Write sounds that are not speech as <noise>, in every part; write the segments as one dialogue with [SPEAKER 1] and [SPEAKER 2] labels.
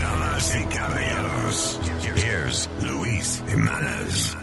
[SPEAKER 1] Damas y caballeros, here's Luis Jiménez.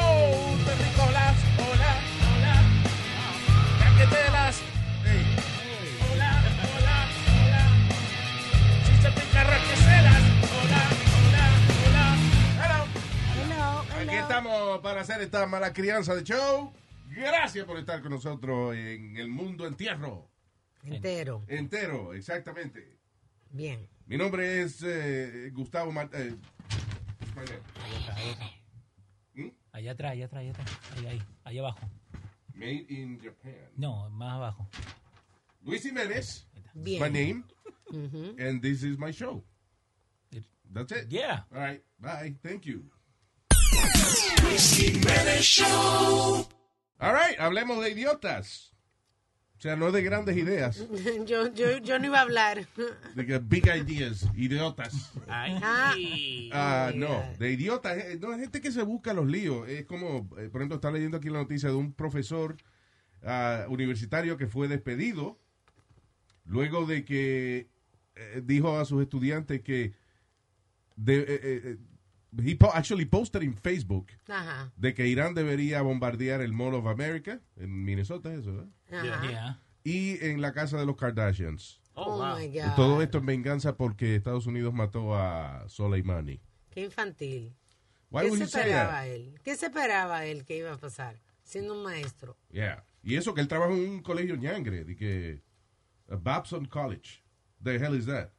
[SPEAKER 2] Nicolás, hola, hola. Caquetelas. Hola, hola, hola. Chichapicarraqueselas. Hola, hola, hola. Hello.
[SPEAKER 3] Aquí estamos para hacer esta mala crianza de show. Gracias por estar con nosotros en el mundo entierro.
[SPEAKER 4] Entero.
[SPEAKER 3] Entero, exactamente.
[SPEAKER 4] Bien.
[SPEAKER 3] Mi nombre es eh, Gustavo Mart- eh, Martínez.
[SPEAKER 5] Allá atrás, allá atrás, allá atrás. Ahí, ahí, ahí abajo.
[SPEAKER 3] Made in Japan.
[SPEAKER 5] No, más abajo.
[SPEAKER 3] Luis Jiménez.
[SPEAKER 4] Bien.
[SPEAKER 3] My name. And this is my show. That's it.
[SPEAKER 5] Yeah.
[SPEAKER 3] All right. Bye. Thank you. All right. Hablemos de idiotas. O sea, no de grandes ideas.
[SPEAKER 4] Yo, yo, yo no iba a hablar.
[SPEAKER 3] De que big ideas. Idiotas.
[SPEAKER 4] Ah,
[SPEAKER 3] Ah, no, de idiotas. eh, No, es gente que se busca los líos. Es como, eh, por ejemplo, está leyendo aquí la noticia de un profesor ah, universitario que fue despedido luego de que eh, dijo a sus estudiantes que de, eh, eh, eh, he po- actually posted en Facebook
[SPEAKER 4] ajá,
[SPEAKER 3] de que Irán debería bombardear el Mall of America en Minnesota, eso, ¿verdad?
[SPEAKER 4] ajá.
[SPEAKER 5] Yeah.
[SPEAKER 3] Y en la casa de los Kardashians.
[SPEAKER 4] Oh, my God.
[SPEAKER 3] Todo esto en venganza porque Estados Unidos mató a Soleimani.
[SPEAKER 4] Qué infantil.
[SPEAKER 3] Why
[SPEAKER 4] ¿Qué
[SPEAKER 3] would
[SPEAKER 4] se
[SPEAKER 3] you say that?
[SPEAKER 4] esperaba él? ¿Qué se esperaba él que iba a pasar? Siendo un maestro.
[SPEAKER 3] Yeah. Y eso que él trabaja en un colegio ñangre, de que uh, Babson College. The hell is that?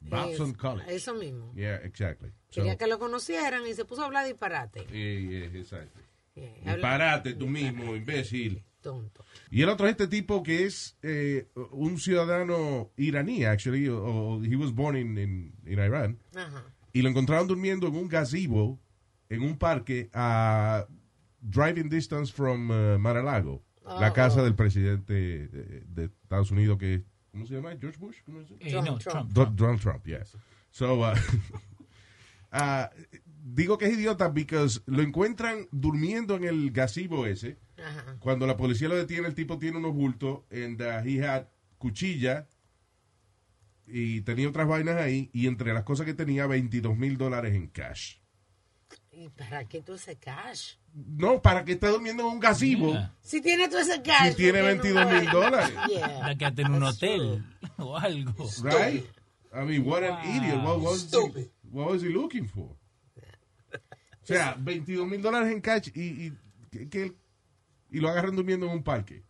[SPEAKER 3] Babson
[SPEAKER 4] Eh. Es-
[SPEAKER 3] College.
[SPEAKER 4] Eso mismo.
[SPEAKER 3] Yeah, exactly. So,
[SPEAKER 4] Quería que lo conocieran y se puso a hablar disparate.
[SPEAKER 3] eh, eh, exacto.
[SPEAKER 4] Eh, habla-
[SPEAKER 3] Disparate tú mismo, imbécil.
[SPEAKER 4] Tonto.
[SPEAKER 3] Y el otro es este tipo que es eh, un ciudadano iraní, actually, o- o- he was born in, in, in Iran,
[SPEAKER 4] Ajá.
[SPEAKER 3] y lo encontraron durmiendo en un gazebo, en un parque, a driving distance from uh, Mar-a-Lago, la
[SPEAKER 4] Oh.
[SPEAKER 3] casa del presidente eh, de, Estados Unidos, que es, ¿cómo se llama? George Bush? ¿Cómo se llama?
[SPEAKER 5] Eh,
[SPEAKER 4] Trump,
[SPEAKER 5] no,
[SPEAKER 4] Trump.
[SPEAKER 5] Trump.
[SPEAKER 3] Do- Donald Trump, yes. So, uh, <laughs> ah, digo que es idiota because lo encuentran durmiendo en el gazebo ese.
[SPEAKER 4] Ajá.
[SPEAKER 3] Cuando la policía lo detiene, el tipo tiene unos bultos and uh, he had cuchilla y tenía otras vainas ahí y entre las cosas que tenía 22 mil dólares en cash.
[SPEAKER 4] ¿Y para qué tú ese cash?
[SPEAKER 3] No, para que esté durmiendo en un gazebo.
[SPEAKER 5] Yeah.
[SPEAKER 4] Si tiene todo ese cash.
[SPEAKER 3] Si tiene
[SPEAKER 4] ¿por qué no
[SPEAKER 3] 22 mil
[SPEAKER 4] va?
[SPEAKER 3] dólares.
[SPEAKER 4] Yeah.
[SPEAKER 5] La que hasta en un hotel o algo.
[SPEAKER 3] Right? I mean, what an idiot. What was,
[SPEAKER 2] Stupid.
[SPEAKER 3] He, what was he looking for? O sea, 22 mil dólares en cash y, y, que- que- y lo agarran durmiendo en un parque.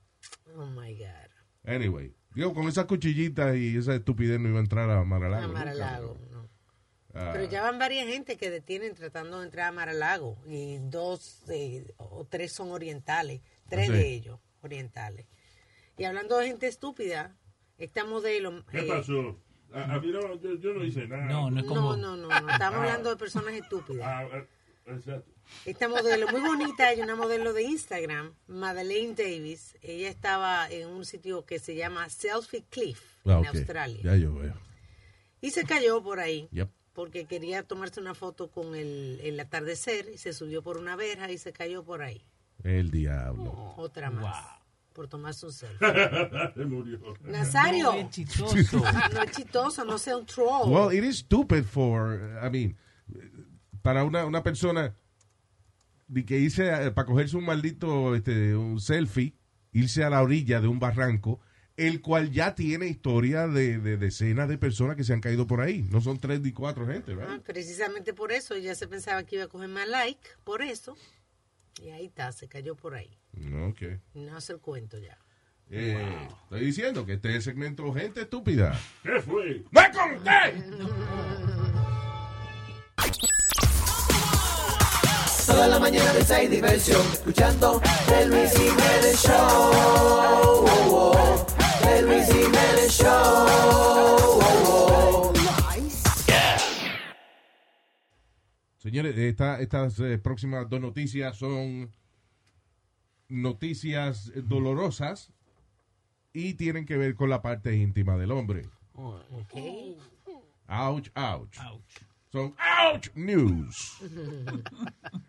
[SPEAKER 4] Oh my God.
[SPEAKER 3] Anyway, digo, con esas cuchillitas y esa estupidez no iba a entrar a Maralago. Ah.
[SPEAKER 4] A Maralago. no. Pero ya van varias gente que detienen tratando de entrar a Maralago. Y dos eh, o tres son orientales. Tres
[SPEAKER 3] Ah, Sí.
[SPEAKER 4] de ellos orientales. Y hablando de gente estúpida, esta modelo. eh,
[SPEAKER 3] pasó? A, mí no, yo, no hice nada.
[SPEAKER 5] No, no es como.
[SPEAKER 4] no, no, no, no. Estamos hablando de personas
[SPEAKER 3] Ah.
[SPEAKER 4] estúpidas.
[SPEAKER 3] exacto.
[SPEAKER 4] Esta modelo muy bonita, hay una modelo de Instagram, Madeleine Davis. Ella estaba en un sitio que se llama Selfie Cliff, en Australia.
[SPEAKER 3] Ah, Ya yo veo.
[SPEAKER 4] Y se cayó por ahí.
[SPEAKER 3] Yep.
[SPEAKER 4] porque quería tomarse una foto con el, el atardecer y se subió por una verja y se cayó por ahí.
[SPEAKER 3] El diablo.
[SPEAKER 4] Otra más. Por tomarse un selfie. Nazario,
[SPEAKER 5] Es chistoso.
[SPEAKER 4] no es chistoso, no sea un troll.
[SPEAKER 3] Well, it is stupid for, I mean, para una, una persona de que irse a- para cogerse un maldito este, un selfie, irse a la orilla de un barranco, el cual ya tiene historia de, de decenas de personas que se han caído por ahí. No son tres ni cuatro gente,
[SPEAKER 4] Ah,
[SPEAKER 3] ¿verdad?
[SPEAKER 4] precisamente por eso ella se pensaba que iba a coger más like, por eso. Y ahí está, se cayó por ahí.
[SPEAKER 6] Ah.
[SPEAKER 3] No, ok.
[SPEAKER 4] No hace el cuento ya.
[SPEAKER 3] Eh, Estoy diciendo que este es el segmento Gente Estúpida.
[SPEAKER 6] ¿Qué fue?
[SPEAKER 3] ¡Me conté! Señores, esta- estas eh, próximas dos noticias son noticias dolorosas y tienen que ver con la parte íntima del hombre.
[SPEAKER 4] Ok.
[SPEAKER 3] Ouch, ouch.
[SPEAKER 5] Ouch.
[SPEAKER 3] Son ouch news.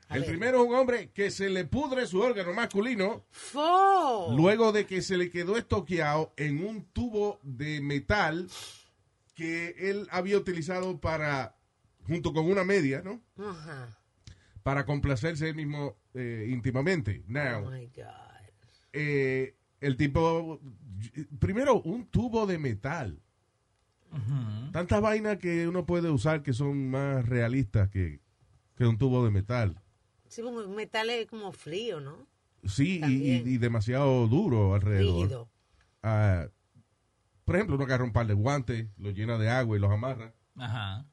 [SPEAKER 3] El primero es un hombre que se le pudre su órgano masculino
[SPEAKER 4] ¡Fo!
[SPEAKER 3] luego de que se le quedó estoqueado en un tubo de metal que él había utilizado para, junto con una media, ¿no?
[SPEAKER 4] Ajá.
[SPEAKER 3] Para complacerse él mismo eh, íntimamente.
[SPEAKER 4] Oh
[SPEAKER 3] Now,
[SPEAKER 4] my God.
[SPEAKER 3] eh, el tipo, primero, un tubo de metal. Tantas vainas que uno puede usar que son más realistas que, que un tubo de metal.
[SPEAKER 4] Sí, porque el metal es como frío, ¿no?
[SPEAKER 3] Sí, y- y,
[SPEAKER 4] También.
[SPEAKER 3] y demasiado duro alrededor.
[SPEAKER 4] Rígido.
[SPEAKER 3] Ah, por ejemplo, uno agarra un par de guantes, los llena de agua y los amarra
[SPEAKER 5] Ajá.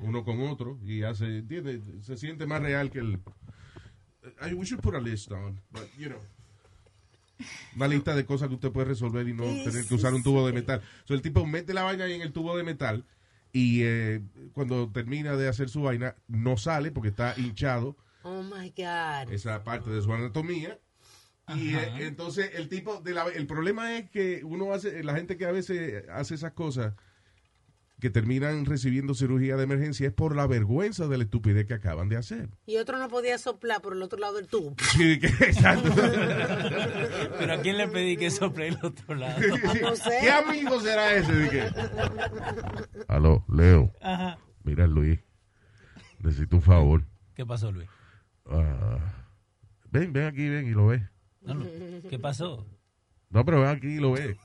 [SPEAKER 3] uno con otro y hace, ¿entiendes? Se siente más real que el. I, we should put a list down, but you know. Una lista de cosas que usted puede resolver y no
[SPEAKER 4] Sí,
[SPEAKER 3] tener que
[SPEAKER 4] sí,
[SPEAKER 3] usar un tubo de
[SPEAKER 4] sí.
[SPEAKER 3] metal. So, el tipo mete la vaina ahí en el tubo de metal y eh, cuando termina de hacer su vaina no sale porque está hinchado
[SPEAKER 4] Oh my God.
[SPEAKER 3] esa parte de su anatomía. Y
[SPEAKER 5] Ajá.
[SPEAKER 3] eh, entonces el tipo de la- el problema es que uno hace la gente que a veces hace esas cosas que terminan recibiendo cirugía de emergencia es por la vergüenza de la estupidez que acaban de hacer. <laughs>
[SPEAKER 4] Y otro no podía soplar por el otro lado del tubo.
[SPEAKER 3] Sí, que-
[SPEAKER 5] <laughs>
[SPEAKER 3] exacto.
[SPEAKER 5] Pero ¿a quién le pedí que sople el otro lado?
[SPEAKER 3] Sí. <laughs>
[SPEAKER 4] No sé.
[SPEAKER 3] ¿Qué amigo será ese? De
[SPEAKER 5] <laughs>
[SPEAKER 3] que- Aló, Leo.
[SPEAKER 5] Ajá.
[SPEAKER 3] Mira, Luis. Necesito un favor.
[SPEAKER 5] ¿Qué pasó, Luis?
[SPEAKER 3] Ah, ven, ven aquí, ven y lo ves.
[SPEAKER 5] No, no. ¿Qué pasó?
[SPEAKER 3] No, pero ven aquí y lo ves.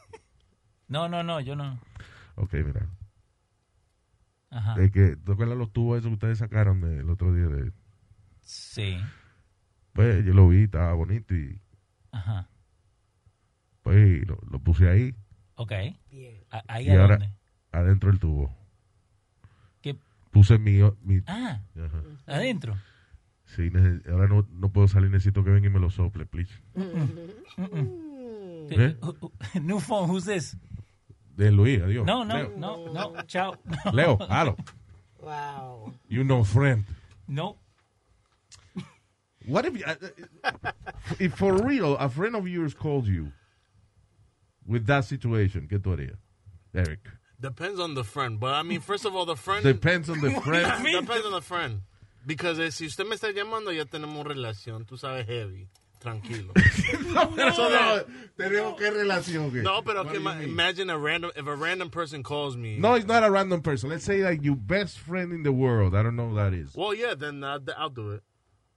[SPEAKER 5] No, no, no, yo no.
[SPEAKER 3] Ok, mira.
[SPEAKER 5] Ajá.
[SPEAKER 3] Es que, ¿te acuerdas los tubos esos que ustedes sacaron del otro día? De,
[SPEAKER 5] Sí.
[SPEAKER 3] pues yo lo vi, estaba bonito y
[SPEAKER 5] Ajá.
[SPEAKER 3] pues lo, lo puse ahí
[SPEAKER 5] Ok.
[SPEAKER 4] Bien.
[SPEAKER 5] A- ¿Ahí
[SPEAKER 3] y
[SPEAKER 5] a
[SPEAKER 3] ahora
[SPEAKER 5] dónde?
[SPEAKER 3] adentro del tubo.
[SPEAKER 5] ¿Qué?
[SPEAKER 3] Puse mi... mi
[SPEAKER 5] Ah,
[SPEAKER 3] ajá.
[SPEAKER 5] adentro.
[SPEAKER 3] Sí, nece- ahora no, no puedo salir, necesito que venga y me lo sople, please. ¿Eh?
[SPEAKER 5] Uh, uh, <laughs> New phone, who's this?
[SPEAKER 3] De Luis, adiós.
[SPEAKER 5] No, no,
[SPEAKER 3] Leo.
[SPEAKER 5] no, no, chao. <laughs> No.
[SPEAKER 3] Leo, halo.
[SPEAKER 4] Wow.
[SPEAKER 3] You know friend.
[SPEAKER 5] No.
[SPEAKER 3] What if, you- uh, if for real a friend of yours called you with that situation, ¿qué tú harías? Eric.
[SPEAKER 7] Depends on the friend. But I mean, first of all, the friend.
[SPEAKER 3] Depends
[SPEAKER 5] <laughs>
[SPEAKER 3] on the friend.
[SPEAKER 7] Depends on the friend. Because eh, si usted me está llamando, ya tenemos relación. Tú sabes, heavy.
[SPEAKER 3] <laughs>
[SPEAKER 7] Tranquilo.
[SPEAKER 3] No, pero no, tenemos que relación. ¿qué?
[SPEAKER 7] No, but
[SPEAKER 3] What
[SPEAKER 7] okay,
[SPEAKER 3] do you
[SPEAKER 7] ma-
[SPEAKER 3] mean?
[SPEAKER 7] imagine a random if a random person calls me.
[SPEAKER 3] No, it's not a random person. Let's say like your best friend in the world. I don't know who that is.
[SPEAKER 7] Well, yeah, then I'll, I'll do it.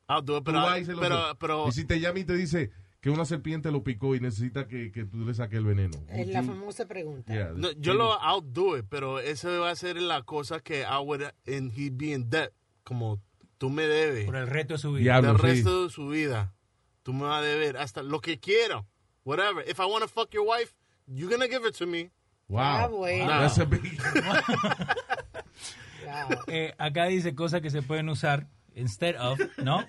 [SPEAKER 7] I'll do it. But
[SPEAKER 3] Tú
[SPEAKER 7] I,
[SPEAKER 3] vas y se lo
[SPEAKER 7] pero,
[SPEAKER 3] soplas.
[SPEAKER 7] pero,
[SPEAKER 3] y si te llama y te dice que una serpiente lo picó y necesita que, que tú le saques el veneno.
[SPEAKER 4] Es la famosa pregunta.
[SPEAKER 3] Yeah.
[SPEAKER 7] no, yo lo I'll do it. Pero eso va a ser la cosa que I would and he'd be in debt. Como tú me debes.
[SPEAKER 5] Por el reto de su vida.
[SPEAKER 3] Diablo,
[SPEAKER 7] el
[SPEAKER 3] sí.
[SPEAKER 7] resto de su vida. Tú me vas a deber hasta lo que quiero. Whatever. If I want to fuck your wife, you're going to give it to me.
[SPEAKER 3] Wow.
[SPEAKER 4] Ah, bueno.
[SPEAKER 7] Nah.
[SPEAKER 3] That's a big-
[SPEAKER 4] Wow.
[SPEAKER 5] Eh, acá dice cosas que se pueden usar instead of, ¿no?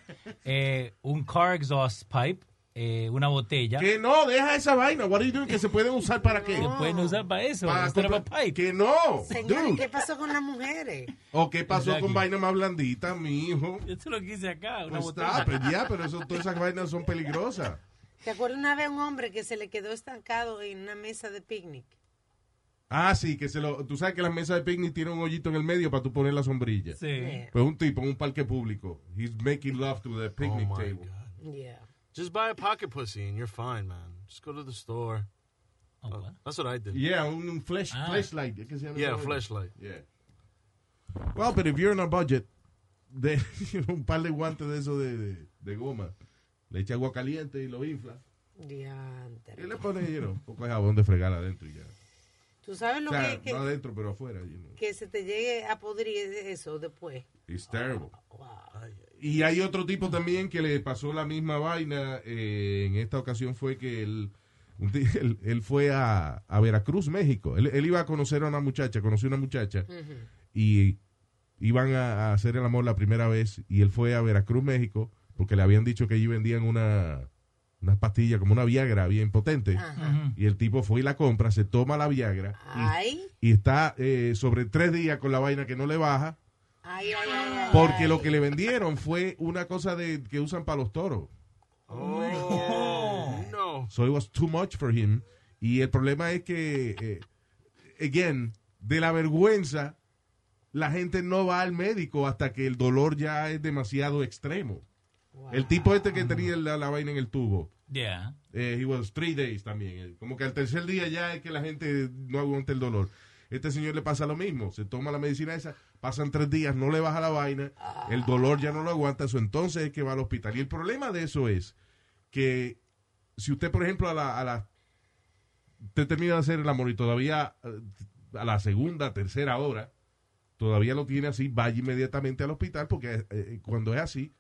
[SPEAKER 5] Eh, un car exhaust pipe, eh, una botella.
[SPEAKER 3] que no, deja esa vaina. What are you doing? Que se pueden usar para qué?
[SPEAKER 5] Se pueden usar para eso,
[SPEAKER 3] Para
[SPEAKER 5] instead of a
[SPEAKER 3] comprar-
[SPEAKER 5] pipe.
[SPEAKER 3] Que no.
[SPEAKER 4] Señor, ¿y
[SPEAKER 3] Dude.
[SPEAKER 4] ¿qué pasó con las mujeres?
[SPEAKER 3] O qué pasó con
[SPEAKER 5] Exactly.
[SPEAKER 3] vaina más blandita, mi hijo.
[SPEAKER 5] Esto es lo que dice acá, una
[SPEAKER 3] Pues
[SPEAKER 5] botella.
[SPEAKER 3] está, pero ya, pero eso, todas esas vainas son peligrosas.
[SPEAKER 4] ¿Te acuerdas una vez un hombre que se le quedó estancado en una mesa de picnic?
[SPEAKER 3] Ah, sí, que se lo. Tú sabes que las mesas de picnic tienen un hoyito en el medio para tú poner la sombrilla.
[SPEAKER 5] Sí.
[SPEAKER 3] Pues un tipo en un parque público. He's making love to the picnic
[SPEAKER 7] Oh, my
[SPEAKER 3] table.
[SPEAKER 7] God.
[SPEAKER 4] Yeah.
[SPEAKER 7] Just buy a pocket pussy and you're fine, man. Just go to the store.
[SPEAKER 5] Oh, what?
[SPEAKER 7] That's what I did. Yeah,
[SPEAKER 3] Yeah, un, un flash,
[SPEAKER 5] Ah.
[SPEAKER 3] flashlight. ¿qué se llama?
[SPEAKER 7] a flashlight.
[SPEAKER 3] Yeah. Well, but if you're on a budget, <laughs> de un par de guantes de eso de, de- de goma. Le echa agua caliente y lo infla.
[SPEAKER 4] Diantre.
[SPEAKER 3] Y le pone, you know, un poco de jabón de fregar adentro y ya.
[SPEAKER 4] Tú sabes
[SPEAKER 3] O
[SPEAKER 4] lo
[SPEAKER 3] sea,
[SPEAKER 4] que,
[SPEAKER 3] no
[SPEAKER 4] que,
[SPEAKER 3] adentro, pero afuera. you know.
[SPEAKER 4] que se te llegue a podrir eso después.
[SPEAKER 3] It's terrible.
[SPEAKER 4] Wow.
[SPEAKER 3] Y hay otro tipo también que le pasó la misma vaina. eh, en esta ocasión fue que él, un di- <laughs> él, él fue a, a Veracruz, México. Él, él iba a conocer a una muchacha, conoció a una muchacha y iban a, a hacer el amor la primera vez. Y él fue a Veracruz, México, porque le habían dicho que allí vendían una, una pastilla, como una Viagra bien potente.
[SPEAKER 4] Ajá.
[SPEAKER 3] Y el tipo fue y la compra, se toma la Viagra
[SPEAKER 4] Ay,
[SPEAKER 3] y está eh, sobre tres días con la vaina que no le baja.
[SPEAKER 4] ay, ay, ay. ay,
[SPEAKER 3] Porque
[SPEAKER 4] ay.
[SPEAKER 3] lo que le vendieron fue una cosa de, que usan para los toros.
[SPEAKER 7] Oh, no.
[SPEAKER 3] So it was too much for him. Y el problema es que, eh, again, de la vergüenza, la gente no va al médico hasta que el dolor ya es demasiado extremo. El tipo este que tenía la, la vaina en el tubo,
[SPEAKER 5] Yeah.
[SPEAKER 3] eh, he was three days también. Eh, Como que al tercer día ya es que la gente no aguanta el dolor. Este señor le pasa lo mismo. Se toma la medicina esa, pasan tres días, no le baja la vaina, el dolor ya no lo aguanta, eso entonces es que va al hospital. Y el problema de eso es que si usted, por ejemplo, a la, a la- usted termina de hacer el amor y todavía eh, a la segunda, tercera hora, todavía lo tiene así, vaya inmediatamente al hospital porque eh, cuando es así,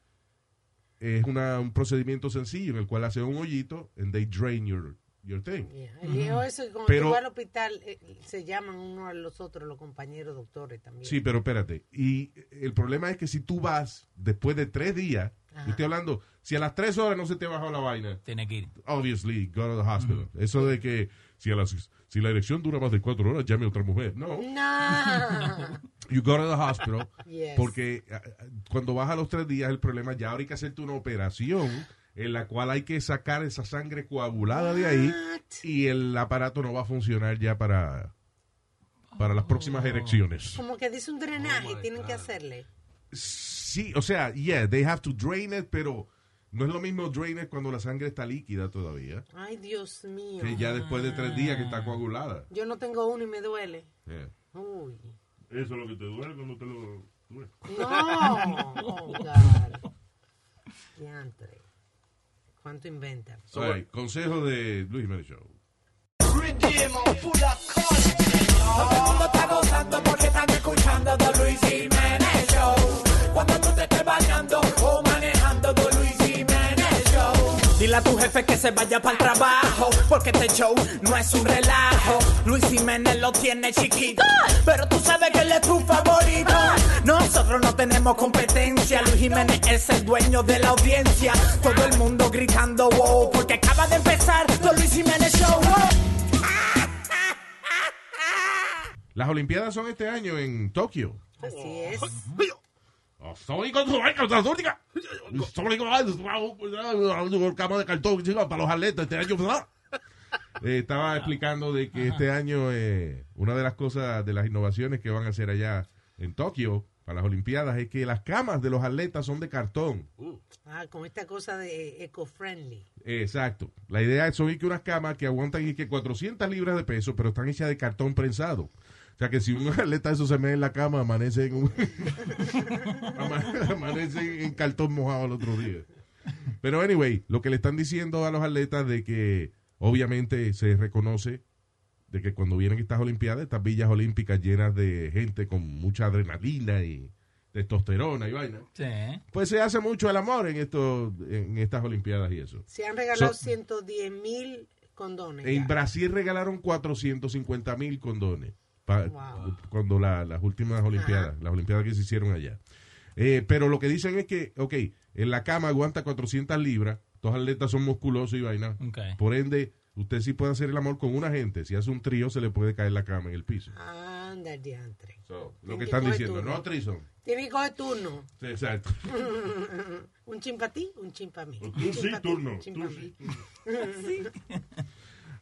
[SPEAKER 3] es una- un procedimiento sencillo en el cual hace un hoyito and they drain your, your thing.
[SPEAKER 4] Yeah. Y eso, y cuando
[SPEAKER 3] Pero-
[SPEAKER 4] tú vas al hospital, eh, se llaman uno a los otros, los compañeros doctores también.
[SPEAKER 3] Sí, pero espérate. Y el problema es que si tú vas después de tres días, yo estoy hablando, si a las tres horas no se te ha bajado la vaina,
[SPEAKER 5] Tiene que ir.
[SPEAKER 3] obviously, go to the hospital. Eso de que si, a las, si la erección dura más de cuatro horas, llame a otra mujer. No, <laughs>
[SPEAKER 4] No.
[SPEAKER 3] you go to the hospital.
[SPEAKER 4] <laughs> Yes.
[SPEAKER 3] Porque ah, ah, cuando vas a los tres días, el problema ya ahora hay que hacerte una operación en la cual hay que sacar esa sangre coagulada de ahí
[SPEAKER 4] What?
[SPEAKER 3] y el aparato no va a funcionar ya para, para las
[SPEAKER 4] Oh.
[SPEAKER 3] próximas erecciones.
[SPEAKER 4] Como que dice un
[SPEAKER 3] Oh
[SPEAKER 4] drenaje, tienen que hacerle.
[SPEAKER 3] Sí, o sea, yeah, they have to drain it, pero no es lo mismo drain it cuando la sangre está líquida todavía,
[SPEAKER 4] Ay, Dios mío.
[SPEAKER 3] que ya después de tres días que está coagulada.
[SPEAKER 4] Yo no tengo uno y me duele.
[SPEAKER 3] Yeah.
[SPEAKER 4] Uy.
[SPEAKER 3] Eso es lo que te duele cuando te lo duele.
[SPEAKER 4] <laughs> No. Oh, God. Diantre. ¿Cuánto inventan?
[SPEAKER 3] consejo de Luis Jiménez Show.
[SPEAKER 2] Dile a tu jefe que se vaya para el trabajo, porque este show no es un relajo. Luis Jiménez lo tiene chiquito, pero tú sabes que él es tu favorito. Nosotros no tenemos competencia, Luis Jiménez es el dueño de la audiencia. Todo el mundo gritando wow, porque acaba de empezar The Luis Jiménez Show. wow.
[SPEAKER 3] Las Olimpiadas son este año en Tokio.
[SPEAKER 4] Así es.
[SPEAKER 3] Ah, Cama de cartón, chico, para los atletas este año. ¿verdad? Eh, estaba explicando de que este año eh, una de las cosas, de las innovaciones que van a hacer allá en Tokio para las Olimpiadas es que las camas de los atletas son de cartón.
[SPEAKER 4] Ah, con esta cosa de eh, eco-friendly.
[SPEAKER 3] Exacto. La idea es subir que unas camas que aguantan y que 400 libras de peso, pero están hechas de cartón prensado. O sea que si un <laughs> atleta de eso se mete en la cama, amanece en, un- <laughs> ama- amanece en cartón mojado al otro día. Pero anyway, lo que le están diciendo a los atletas de que obviamente se reconoce de que cuando vienen estas Olimpiadas, estas villas olímpicas llenas de gente con mucha adrenalina y testosterona y vaina,
[SPEAKER 5] Sí.
[SPEAKER 3] pues se hace mucho el amor en, esto, en estas Olimpiadas y eso.
[SPEAKER 4] Se han regalado
[SPEAKER 3] So-
[SPEAKER 4] 110 mil condones.
[SPEAKER 3] En
[SPEAKER 4] ya.
[SPEAKER 3] Brasil regalaron 450 mil condones pa-
[SPEAKER 4] Wow.
[SPEAKER 3] cuando la- las últimas Olimpiadas, las Olimpiadas que se hicieron allá. Eh, pero lo que dicen es que, ok, en la cama aguanta 400 libras, estos atletas son musculosos y vaina.
[SPEAKER 5] Ok.
[SPEAKER 3] Por ende, usted sí puede hacer el amor con una gente. Si hace un trío, se le puede caer la cama en el piso.
[SPEAKER 4] Ah. Anda, diantre.
[SPEAKER 3] So, lo
[SPEAKER 4] Tiene
[SPEAKER 3] que están
[SPEAKER 4] coger
[SPEAKER 3] diciendo,
[SPEAKER 4] turno.
[SPEAKER 3] no trison.
[SPEAKER 4] Tiene que coger turno.
[SPEAKER 3] Sí,
[SPEAKER 4] <laughs>
[SPEAKER 3] Exacto.
[SPEAKER 4] Un chimpatí, un chimpamí.
[SPEAKER 3] Tú sí, turno, tú sí,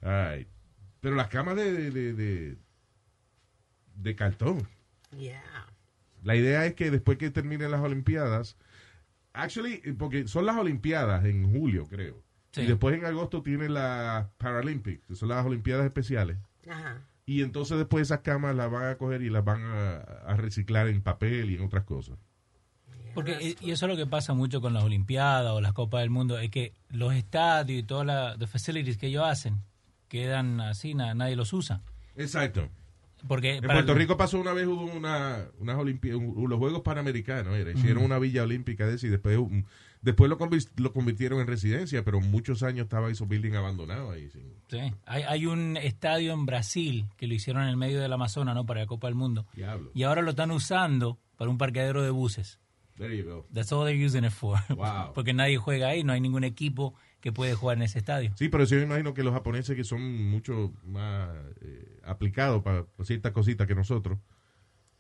[SPEAKER 3] Ay, Pero las camas de, de, de, de- de cartón.
[SPEAKER 4] Yeah.
[SPEAKER 3] La idea es que después que terminen las Olimpiadas, actually, porque son las Olimpiadas en julio, creo.
[SPEAKER 5] Sí.
[SPEAKER 3] Y después en agosto tienen las Paralympics, que son las Olimpiadas especiales.
[SPEAKER 4] Ajá.
[SPEAKER 3] Y entonces después esas camas las van a coger y las van a, a reciclar en papel y en otras cosas.
[SPEAKER 4] Ya.
[SPEAKER 5] Porque, eh, y eso es lo que pasa mucho con las Olimpiadas o las Copas del Mundo, es que los estadios y todas las the facilities que ellos hacen quedan así, na- nadie los usa.
[SPEAKER 3] Exacto.
[SPEAKER 5] Porque
[SPEAKER 3] En
[SPEAKER 5] para
[SPEAKER 3] Puerto
[SPEAKER 5] el-
[SPEAKER 3] Rico pasó una vez hubo una, unas olimpi- un- los Juegos Panamericanos, era, hicieron
[SPEAKER 5] Ujú.
[SPEAKER 3] una villa olímpica de eso y después, mm, después lo, convis- lo convirtieron en residencia, pero muchos años estaba esos building abandonados ahí. sí.
[SPEAKER 5] Sí. Hay, hay un estadio en Brasil que lo hicieron en el medio del Amazonas, ¿no? Para la Copa del Mundo.
[SPEAKER 3] Diablo.
[SPEAKER 5] Y ahora lo están usando para un parqueadero de buses.
[SPEAKER 3] There you go.
[SPEAKER 5] That's all they're using it for.
[SPEAKER 3] Wow.
[SPEAKER 5] <laughs> Porque nadie juega ahí, no hay ningún equipo que puede jugar en ese estadio.
[SPEAKER 3] Sí, pero sí me imagino que los japoneses que son mucho más eh, aplicados para ciertas cositas que nosotros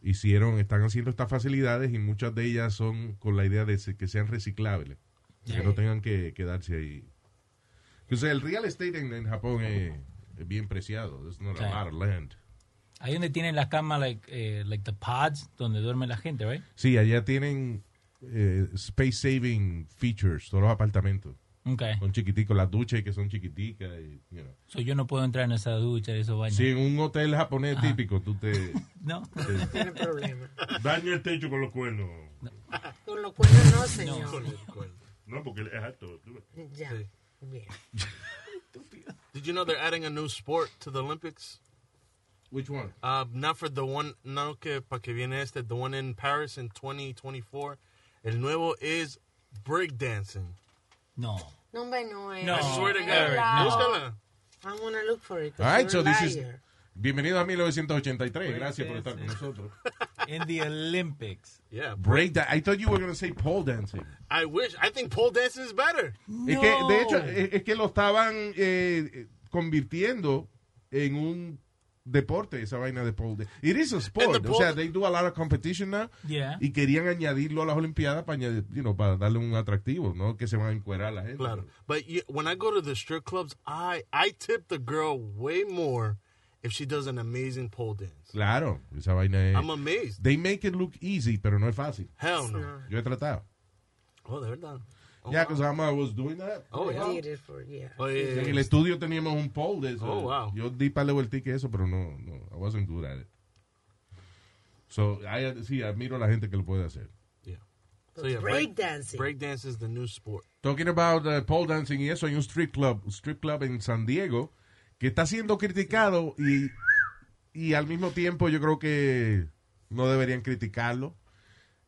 [SPEAKER 3] hicieron, están haciendo estas facilidades y muchas de ellas son con la idea de se- que sean reciclables, que no tengan que quedarse ahí. O sea, el real estate en, en Japón es, es bien preciado. There's not
[SPEAKER 5] Sí.
[SPEAKER 3] a lot of land.
[SPEAKER 5] Ahí donde tienen las camas, like, eh, like the pods, donde duerme la gente, ¿right?
[SPEAKER 3] Sí, allá tienen eh, space saving features, todos los apartamentos.
[SPEAKER 5] Ok.
[SPEAKER 3] Son chiquiticos, las duchas que son chiquiticas. y, you know.
[SPEAKER 5] So, yo no puedo entrar en esa ducha, esos baños.
[SPEAKER 3] Sí, en un hotel japonés típico, tú te...
[SPEAKER 5] No.
[SPEAKER 3] te-
[SPEAKER 4] Tiene problema.
[SPEAKER 8] Daño el techo con los cuernos.
[SPEAKER 4] Con los cuernos no, señor.
[SPEAKER 8] Con los cuernos. No, porque es alto. tú ves.
[SPEAKER 4] Ya. Bien.
[SPEAKER 7] Did you know they're adding a new sport to the Olympics?
[SPEAKER 3] Which one?
[SPEAKER 7] Uh, not for the one, no que para que viene este, the one in Paris in 2024. El nuevo is breakdancing.
[SPEAKER 5] No.
[SPEAKER 4] No, hombre, no es.
[SPEAKER 7] No, I swear to God.
[SPEAKER 4] Ay,
[SPEAKER 7] No.
[SPEAKER 4] búscala. I'm gonna look for it. 'cause
[SPEAKER 3] All right,
[SPEAKER 4] you're
[SPEAKER 3] so
[SPEAKER 4] a
[SPEAKER 3] this is-
[SPEAKER 4] liar.
[SPEAKER 3] Bienvenido a
[SPEAKER 8] Pues,
[SPEAKER 3] 1983. Gracias por estar con nosotros.
[SPEAKER 5] In the Olympics.
[SPEAKER 7] Yeah.
[SPEAKER 3] Break that. I thought you were going to say pole dancing.
[SPEAKER 7] I wish. I think pole dancing is better.
[SPEAKER 3] Es que, de hecho, es, es que lo estaban eh, convirtiendo en un deporte, esa vaina de pole. dan- It is a sport. O sea, they do a lot of competition now.
[SPEAKER 5] Yeah.
[SPEAKER 3] Y querían añadirlo a las Olimpiadas para, añadir, you know, para darle un atractivo, ¿no? Que se van a encuerar la gente.
[SPEAKER 7] Claro. But you, when I go to the strip clubs, I I tip the girl way more if she does an amazing pole dance.
[SPEAKER 3] Claro, esa vaina es.
[SPEAKER 7] I'm amazed.
[SPEAKER 3] They make it look easy, pero no es fácil.
[SPEAKER 7] Hell Oh, no.
[SPEAKER 3] Yo he tratado.
[SPEAKER 7] Oh, de verdad. Oh,
[SPEAKER 3] yeah, because I was doing that.
[SPEAKER 7] Oh,
[SPEAKER 4] I
[SPEAKER 7] yeah.
[SPEAKER 4] did it for- yeah.
[SPEAKER 7] Oh, yeah, yeah,
[SPEAKER 3] En el
[SPEAKER 7] yeah.
[SPEAKER 3] estudio teníamos un poll de eso.
[SPEAKER 7] Oh, wow.
[SPEAKER 3] Yo di para el que eso, pero no, no, I wasn't good at it. So, I- sí, admiro a la gente que lo puede hacer.
[SPEAKER 7] So, yeah,
[SPEAKER 4] Breakdancing.
[SPEAKER 7] Breakdance is the new sport.
[SPEAKER 3] Talking about uh, pole dancing y eso, hay un strip club, un strip club en San Diego que está siendo criticado y, y al mismo tiempo yo creo que no deberían criticarlo.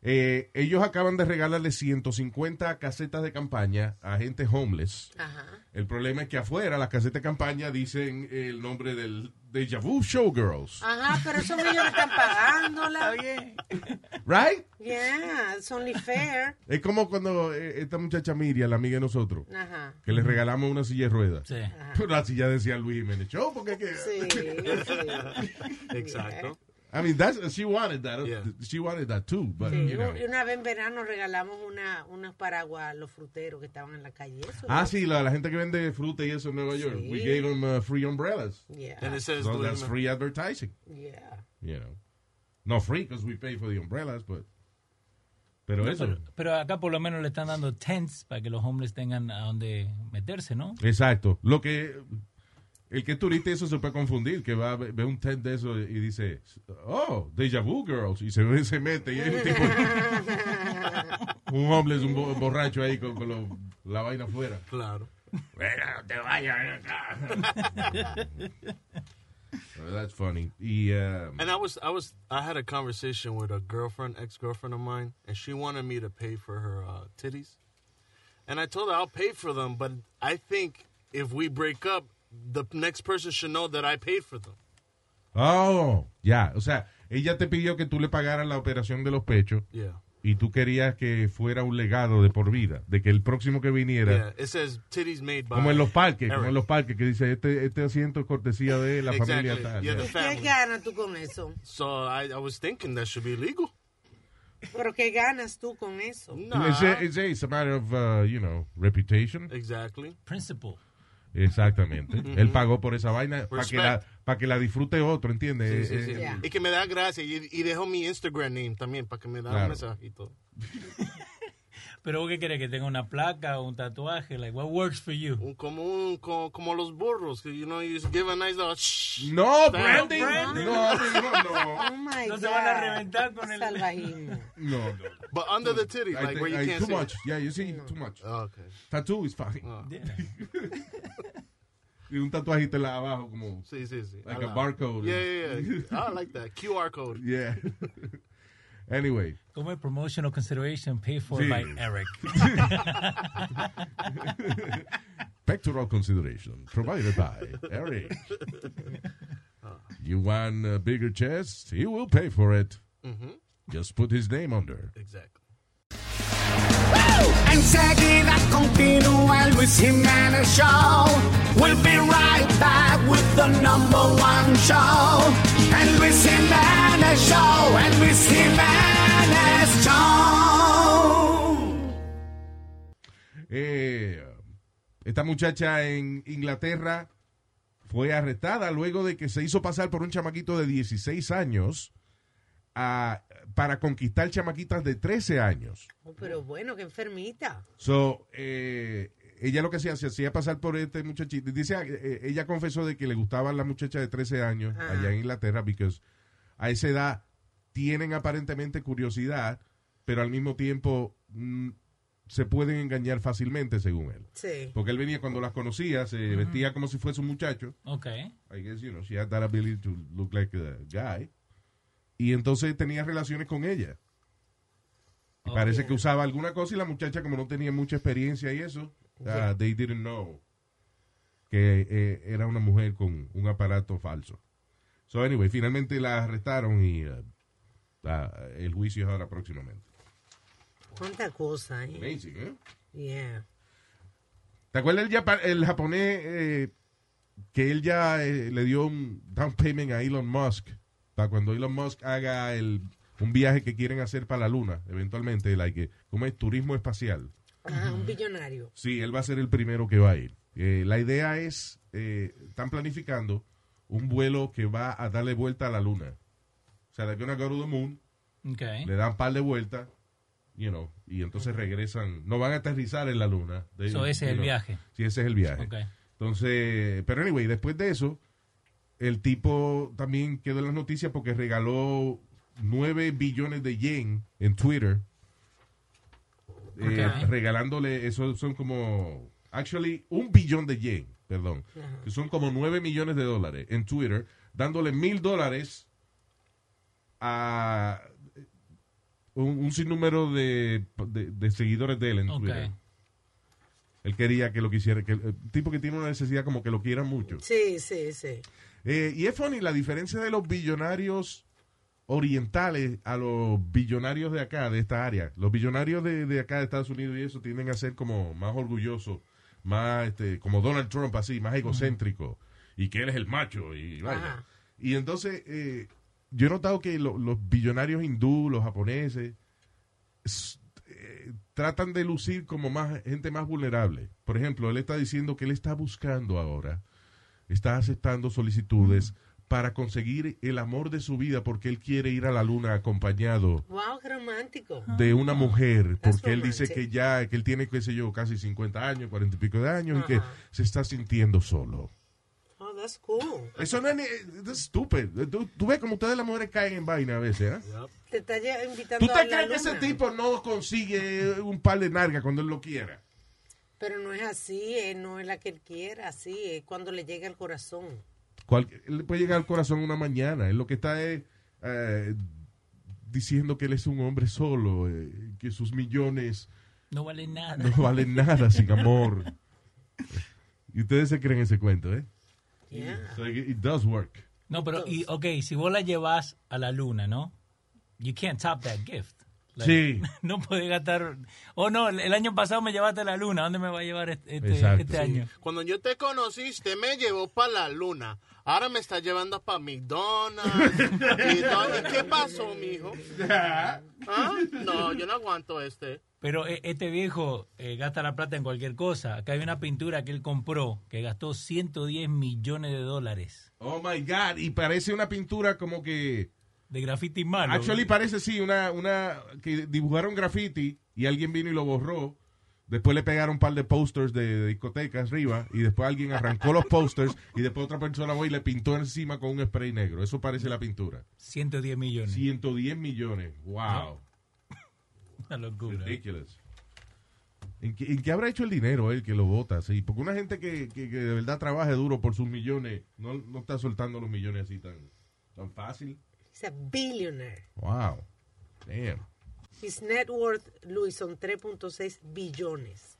[SPEAKER 3] Eh, ellos acaban de regalarle 150 casetas de campaña a gente homeless.
[SPEAKER 4] Ajá.
[SPEAKER 3] El problema es que afuera las casetas de campaña dicen el nombre del Deja Vu Showgirls.
[SPEAKER 4] Ajá, pero esos millones están pagándola. Está bien. Ah.
[SPEAKER 3] Right?
[SPEAKER 4] Yeah, it's only fair.
[SPEAKER 3] Es como cuando eh, esta muchacha Miria, la amiga de nosotros,
[SPEAKER 4] Ajá.
[SPEAKER 3] que le regalamos una silla de ruedas.
[SPEAKER 5] Sí.
[SPEAKER 3] Pero la silla decía Luis Jiménez Show, porque es que...
[SPEAKER 4] Sí, sí.
[SPEAKER 7] Exacto.
[SPEAKER 3] I mean, that's, she wanted that.
[SPEAKER 7] Yeah.
[SPEAKER 3] She wanted that too, but
[SPEAKER 4] Sí,
[SPEAKER 3] you know.
[SPEAKER 4] un- una vez en verano regalamos una, unas paraguas a los fruteros que estaban en la calle. Eso,
[SPEAKER 3] Ah,
[SPEAKER 4] ¿no?
[SPEAKER 3] sí, la, la gente que vende fruta y eso en Nueva York. We gave them uh, free umbrellas.
[SPEAKER 4] Yeah.
[SPEAKER 7] And it says
[SPEAKER 3] So
[SPEAKER 7] Luis
[SPEAKER 3] that's
[SPEAKER 7] Jiménez.
[SPEAKER 3] free advertising,
[SPEAKER 4] Yeah.
[SPEAKER 3] you know. No free, because we pay for the umbrellas, but... Pero
[SPEAKER 5] No,
[SPEAKER 3] eso...
[SPEAKER 5] pero, pero acá por lo menos le están dando tents para que los hombres tengan a donde meterse, ¿no?
[SPEAKER 3] Exacto. Lo que el que es turista eso se puede confundir, que va a ve ve un tent de eso y dice, oh, Deja Vu Girls, y se, ve- se mete y hay un tipo, un homeless, un bo- borracho ahí con, con lo- la vaina afuera.
[SPEAKER 7] Claro.
[SPEAKER 3] Venga, no te vayas. ven acá. <laughs> Oh, that's funny. Y, um,
[SPEAKER 7] And I was, I was, I had a conversation with a girlfriend, ex girlfriend of mine, and she wanted me to pay for her uh, titties, and I told her I'll pay for them, but I think if we break up, the next person should know that I paid for them.
[SPEAKER 3] oh, ya, o sea, ella te pidió que tú le pagaras la operación de los pechos
[SPEAKER 7] Yeah.
[SPEAKER 3] y tú querías que fuera un legado de por vida, de que el próximo que viniera...
[SPEAKER 7] Yeah. It says titties made by.
[SPEAKER 3] Como en los parques, como
[SPEAKER 7] Eric.
[SPEAKER 3] en los parques, que dice, este, este asiento es cortesía de la
[SPEAKER 7] Exactly.
[SPEAKER 3] familia tal.
[SPEAKER 7] Yeah, the
[SPEAKER 3] Yeah.
[SPEAKER 4] ¿Qué
[SPEAKER 7] family.
[SPEAKER 4] ganas tú con eso?
[SPEAKER 7] So I, I was thinking that should be legal.
[SPEAKER 4] ¿Pero qué ganas tú con eso?
[SPEAKER 7] Nah.
[SPEAKER 3] It's, a, it's a- it's a matter of, uh, you know, reputation.
[SPEAKER 7] Exactly.
[SPEAKER 5] Principle.
[SPEAKER 7] <laughs>
[SPEAKER 3] Exactamente. Él pagó por esa vaina para que,
[SPEAKER 7] Mm-hmm. Respect.
[SPEAKER 3] la, pa' que la disfrute otro, ¿entiendes?
[SPEAKER 7] Sí,
[SPEAKER 3] Eh,
[SPEAKER 7] sí, sí.
[SPEAKER 3] eh,
[SPEAKER 4] Yeah.
[SPEAKER 7] Y que me da gracia. Y, y dejo mi Instagram name también para que me da
[SPEAKER 3] Claro.
[SPEAKER 7] un mensajito.
[SPEAKER 5] Pero ¿qué quieres? ¿Que tenga una placa o un tatuaje? Like, what works for you?
[SPEAKER 7] Como, un, como, como los burros, que, you know, you just give a nice little shh.
[SPEAKER 3] No,
[SPEAKER 7] Brandon.
[SPEAKER 3] branding. No, no, no.
[SPEAKER 4] Oh my
[SPEAKER 5] No
[SPEAKER 4] God.
[SPEAKER 5] se van a reventar con el...
[SPEAKER 4] Salvajismo.
[SPEAKER 3] No, no.
[SPEAKER 7] But under the titty,
[SPEAKER 3] I
[SPEAKER 7] like
[SPEAKER 3] think-
[SPEAKER 7] where you
[SPEAKER 3] I-
[SPEAKER 7] can't
[SPEAKER 3] too
[SPEAKER 7] see. Uh. Oh,
[SPEAKER 3] much. Yeah, you see too much.
[SPEAKER 7] Okay.
[SPEAKER 3] Tattoo is fine.
[SPEAKER 7] Oh.
[SPEAKER 3] Y un tatuaje te la abajo como
[SPEAKER 7] Sí, sí, sí.
[SPEAKER 3] like
[SPEAKER 7] I
[SPEAKER 3] a
[SPEAKER 7] like-
[SPEAKER 3] barcode.
[SPEAKER 7] Yeah, yeah, yeah. I like that. QR code.
[SPEAKER 3] <laughs> Yeah. anyway,
[SPEAKER 5] Como el promotional consideration paid for
[SPEAKER 3] Sí.
[SPEAKER 5] by Eric.
[SPEAKER 3] pectoral consideration provided by Eric. You want a bigger chest? He will pay for it. Just put his name under.
[SPEAKER 7] Exactly.
[SPEAKER 2] Enseguida continúa el Luis Jiménez Show. We'll be right back with the number one show. El Luis Jiménez Show, el Luis Jiménez Show.
[SPEAKER 3] Eh, esta muchacha en Inglaterra fue arrestada luego de que se hizo pasar por un chamaquito de 16 años ah, para conquistar chamaquitas de 13 años.
[SPEAKER 4] Oh, pero bueno, qué enfermita.
[SPEAKER 3] So, eh, ella lo que hacía, se hacía pasar por este muchachito. Dice, eh, ella confesó de que le gustaban las muchachas de 13 años
[SPEAKER 4] Ajá.
[SPEAKER 3] allá en Inglaterra, porque a esa edad tienen aparentemente curiosidad, pero al mismo tiempo mm, se pueden engañar fácilmente, según él.
[SPEAKER 4] Sí.
[SPEAKER 3] Porque él venía cuando las conocía, se vestía como si fuese un muchacho.
[SPEAKER 5] Ok.
[SPEAKER 3] I guess, you know, she had that ability to look like a guy. Y entonces tenía relaciones con ella. Y
[SPEAKER 5] Oh,
[SPEAKER 3] parece que usaba alguna cosa y la muchacha, como no tenía mucha experiencia y eso, uh, they didn't know que eh, era una mujer con un aparato falso. So, anyway, finalmente la arrestaron y uh, la- el juicio es ahora próximamente.
[SPEAKER 4] Cuánta cosa, ¿eh?
[SPEAKER 3] Amazing, ¿eh?
[SPEAKER 4] Yeah.
[SPEAKER 3] ¿Te acuerdas el, japa- el japonés eh, que él ya eh, le dio un down payment a Elon Musk para cuando Elon Musk haga el, un viaje que quieren hacer para la luna, eventualmente, like, eh, ¿cómo es? Turismo espacial.
[SPEAKER 4] Ah, un billonario.
[SPEAKER 3] Sí, él va a ser el primero que va a ir. Eh, la idea es, eh, están planificando un vuelo que va a darle vuelta a la luna. O sea, de que una go to the moon,
[SPEAKER 5] Ok.
[SPEAKER 3] le dan un par de vueltas, you know, y entonces regresan. No van a aterrizar en la luna. They-
[SPEAKER 5] So, ese
[SPEAKER 3] you
[SPEAKER 5] es el
[SPEAKER 3] know.
[SPEAKER 5] viaje.
[SPEAKER 3] Sí, ese es el viaje.
[SPEAKER 5] Ok.
[SPEAKER 3] Entonces, pero anyway, después de eso, el tipo también quedó en las noticias porque regaló 9 billones de yen en Twitter. eh,
[SPEAKER 5] Ok.
[SPEAKER 3] regalándole, eso son como, actually, un billón de yen, perdón. que Son como 9 millones de dólares en Twitter, dándole mil dólares a un, un sinnúmero de, de- de seguidores de él en
[SPEAKER 5] Ok.
[SPEAKER 3] Twitter. Él quería que lo quisiera, que el el tipo que tiene una necesidad como que lo quiera mucho.
[SPEAKER 4] Sí, sí, sí.
[SPEAKER 3] Eh, y es funny la diferencia de los billonarios orientales a los billonarios de acá, de esta área. Los billonarios de, de acá, de Estados Unidos y eso, tienden a ser como más orgullosos, más este, como Donald Trump, así, más egocéntrico. Y que él es el macho. Y, vaya.
[SPEAKER 4] Ajá.
[SPEAKER 3] y entonces, eh, yo he notado que lo- los billonarios hindú, los japoneses, s- eh, tratan de lucir como más gente más vulnerable. Por ejemplo, él está diciendo que él está buscando ahora está aceptando solicitudes para conseguir el amor de su vida porque él quiere ir a la luna acompañado
[SPEAKER 4] Wow, qué romántico.
[SPEAKER 3] de una mujer
[SPEAKER 4] That's
[SPEAKER 3] porque él dice que
[SPEAKER 4] romantic.
[SPEAKER 3] ya que él tiene qué sé yo casi 50 años 40 y pico de años y que
[SPEAKER 4] Ajá.
[SPEAKER 3] se está sintiendo solo
[SPEAKER 4] Oh, that's cool.
[SPEAKER 3] eso no es ni- that's stupid tú, tú ves como ustedes las mujeres caen en vaina a veces ¿eh?
[SPEAKER 4] Te está lle- invitando
[SPEAKER 3] tú
[SPEAKER 4] a
[SPEAKER 3] te
[SPEAKER 4] la
[SPEAKER 3] crees que
[SPEAKER 4] luna.
[SPEAKER 3] ese tipo no consigue un par de nargas cuando él lo quiera
[SPEAKER 4] Pero no es así, eh, no es la que él quiera, así es cuando le llega al corazón.
[SPEAKER 3] Cual- él le puede llegar al corazón una mañana. Él lo que está es eh, diciendo que él es un hombre solo, eh, que sus millones
[SPEAKER 5] No vale nada.
[SPEAKER 3] no valen nada sin amor. Y ustedes se creen ese cuento, ¿eh?
[SPEAKER 4] Yeah.
[SPEAKER 3] So it, it does work.
[SPEAKER 5] No, pero, y, ok, si vos la llevas a la luna, ¿no? You can't top that gift.
[SPEAKER 3] Sí.
[SPEAKER 5] <laughs> No podés gastar. Oh, no, el- el año pasado me llevaste a la luna. ¿Dónde me va a llevar este, este-
[SPEAKER 3] Exacto.
[SPEAKER 5] este año?
[SPEAKER 7] Cuando yo te conociste, me llevó para la luna. Ahora me está llevando para
[SPEAKER 3] <laughs>
[SPEAKER 7] McDonald's. y todo. ¿Y ¿Qué pasó, mijo? ¿Ah? No, yo no aguanto este.
[SPEAKER 5] Pero eh, este viejo eh, gasta la plata en cualquier cosa. Acá hay una pintura que él compró que gastó 110 millones de dólares.
[SPEAKER 3] Oh my God. Y parece una pintura como que
[SPEAKER 5] de graffiti malo.
[SPEAKER 3] Actually parece sí, una, una que dibujaron graffiti y alguien vino y lo borró. Después le pegaron un par de posters de, de discotecas arriba y después alguien arrancó los posters y después otra persona fue y le pintó encima con un spray negro. Eso parece la pintura.
[SPEAKER 5] 110 millones.
[SPEAKER 3] 110 millones. Wow.
[SPEAKER 5] Una locura.
[SPEAKER 3] Ridiculous. ¿En qué, en qué habrá hecho el dinero él que lo vota? Sí, porque una gente que, que- que de verdad trabaje duro por sus millones no, no está soltando los millones así tan, tan fácil.
[SPEAKER 4] He's a billionaire.
[SPEAKER 3] Wow. Damn.
[SPEAKER 4] His net worth, Luis, son 3.6 billones.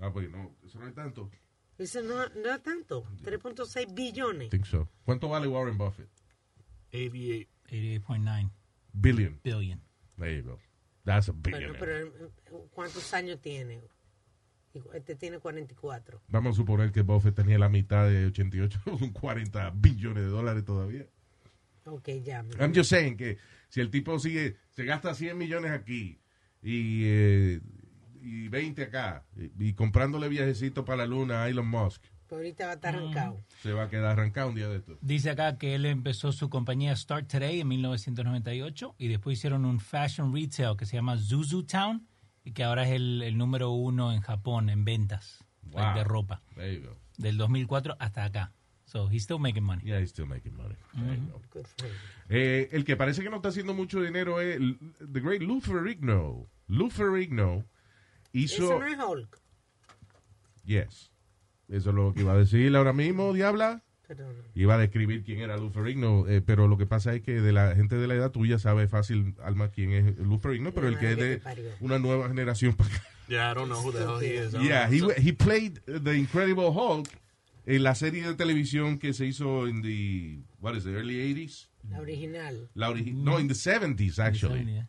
[SPEAKER 3] Ah, pues no, eso no es tanto.
[SPEAKER 4] Eso no, no es tanto. 3.6 billones.
[SPEAKER 3] Think so. ¿Cuánto vale Warren Buffett?
[SPEAKER 7] 88.
[SPEAKER 5] 88.9
[SPEAKER 3] Billion.
[SPEAKER 5] billion.
[SPEAKER 3] There you go. That's a
[SPEAKER 4] Bueno,
[SPEAKER 3] billionaire.
[SPEAKER 4] pero eh, ¿cuántos años tiene? Este tiene 44.
[SPEAKER 3] Vamos a suponer que Buffett tenía la mitad de <laughs> 88, son 40 billones de dólares todavía.
[SPEAKER 4] Ok, ya. mi
[SPEAKER 3] I'm just saying que si el tipo sigue, se gasta 100 millones aquí y, eh, y 20 acá, y, y comprándole viajecito para la luna a Elon Musk,
[SPEAKER 4] Pero ahorita va a estar arrancado.
[SPEAKER 3] se va a quedar arrancado un día de esto.
[SPEAKER 5] Dice acá que él empezó su compañía Start Today en 1998 y después hicieron un fashion retail que se llama Zuzu Town y que ahora es el, el número uno en Japón en ventas like,
[SPEAKER 3] Wow.
[SPEAKER 5] de ropa.
[SPEAKER 3] There you go.
[SPEAKER 5] Del 2004 hasta acá. So he's still making money.
[SPEAKER 3] Yeah, he's still making money. There you go.
[SPEAKER 4] Good for him.
[SPEAKER 3] Eh, el que parece que no está haciendo mucho dinero es L- The Great Lou Ferrigno. Lou Ferrigno
[SPEAKER 4] Eso
[SPEAKER 3] hizo...
[SPEAKER 4] no es Hulk.
[SPEAKER 3] Yes. Eso es lo que iba a decir ahora mismo, diabla.
[SPEAKER 4] Perdón.
[SPEAKER 3] Iba a describir quién era Lou Ferrigno, eh, pero lo que pasa es que de la gente de la edad tuya sabe fácil, Alma, quién es Lou Ferrigno, pero el que es
[SPEAKER 4] madre que
[SPEAKER 3] de
[SPEAKER 4] te parió.
[SPEAKER 3] una nueva generación para acá.
[SPEAKER 7] Yeah, I don't know who the hell he is. I don't
[SPEAKER 3] Yeah,
[SPEAKER 7] know.
[SPEAKER 3] he, wa- he played The Incredible Hulk en la serie de televisión que se hizo en the, what is it, early 80s?
[SPEAKER 4] La original.
[SPEAKER 3] La origi- no, in the 70s, actually.
[SPEAKER 5] Yeah.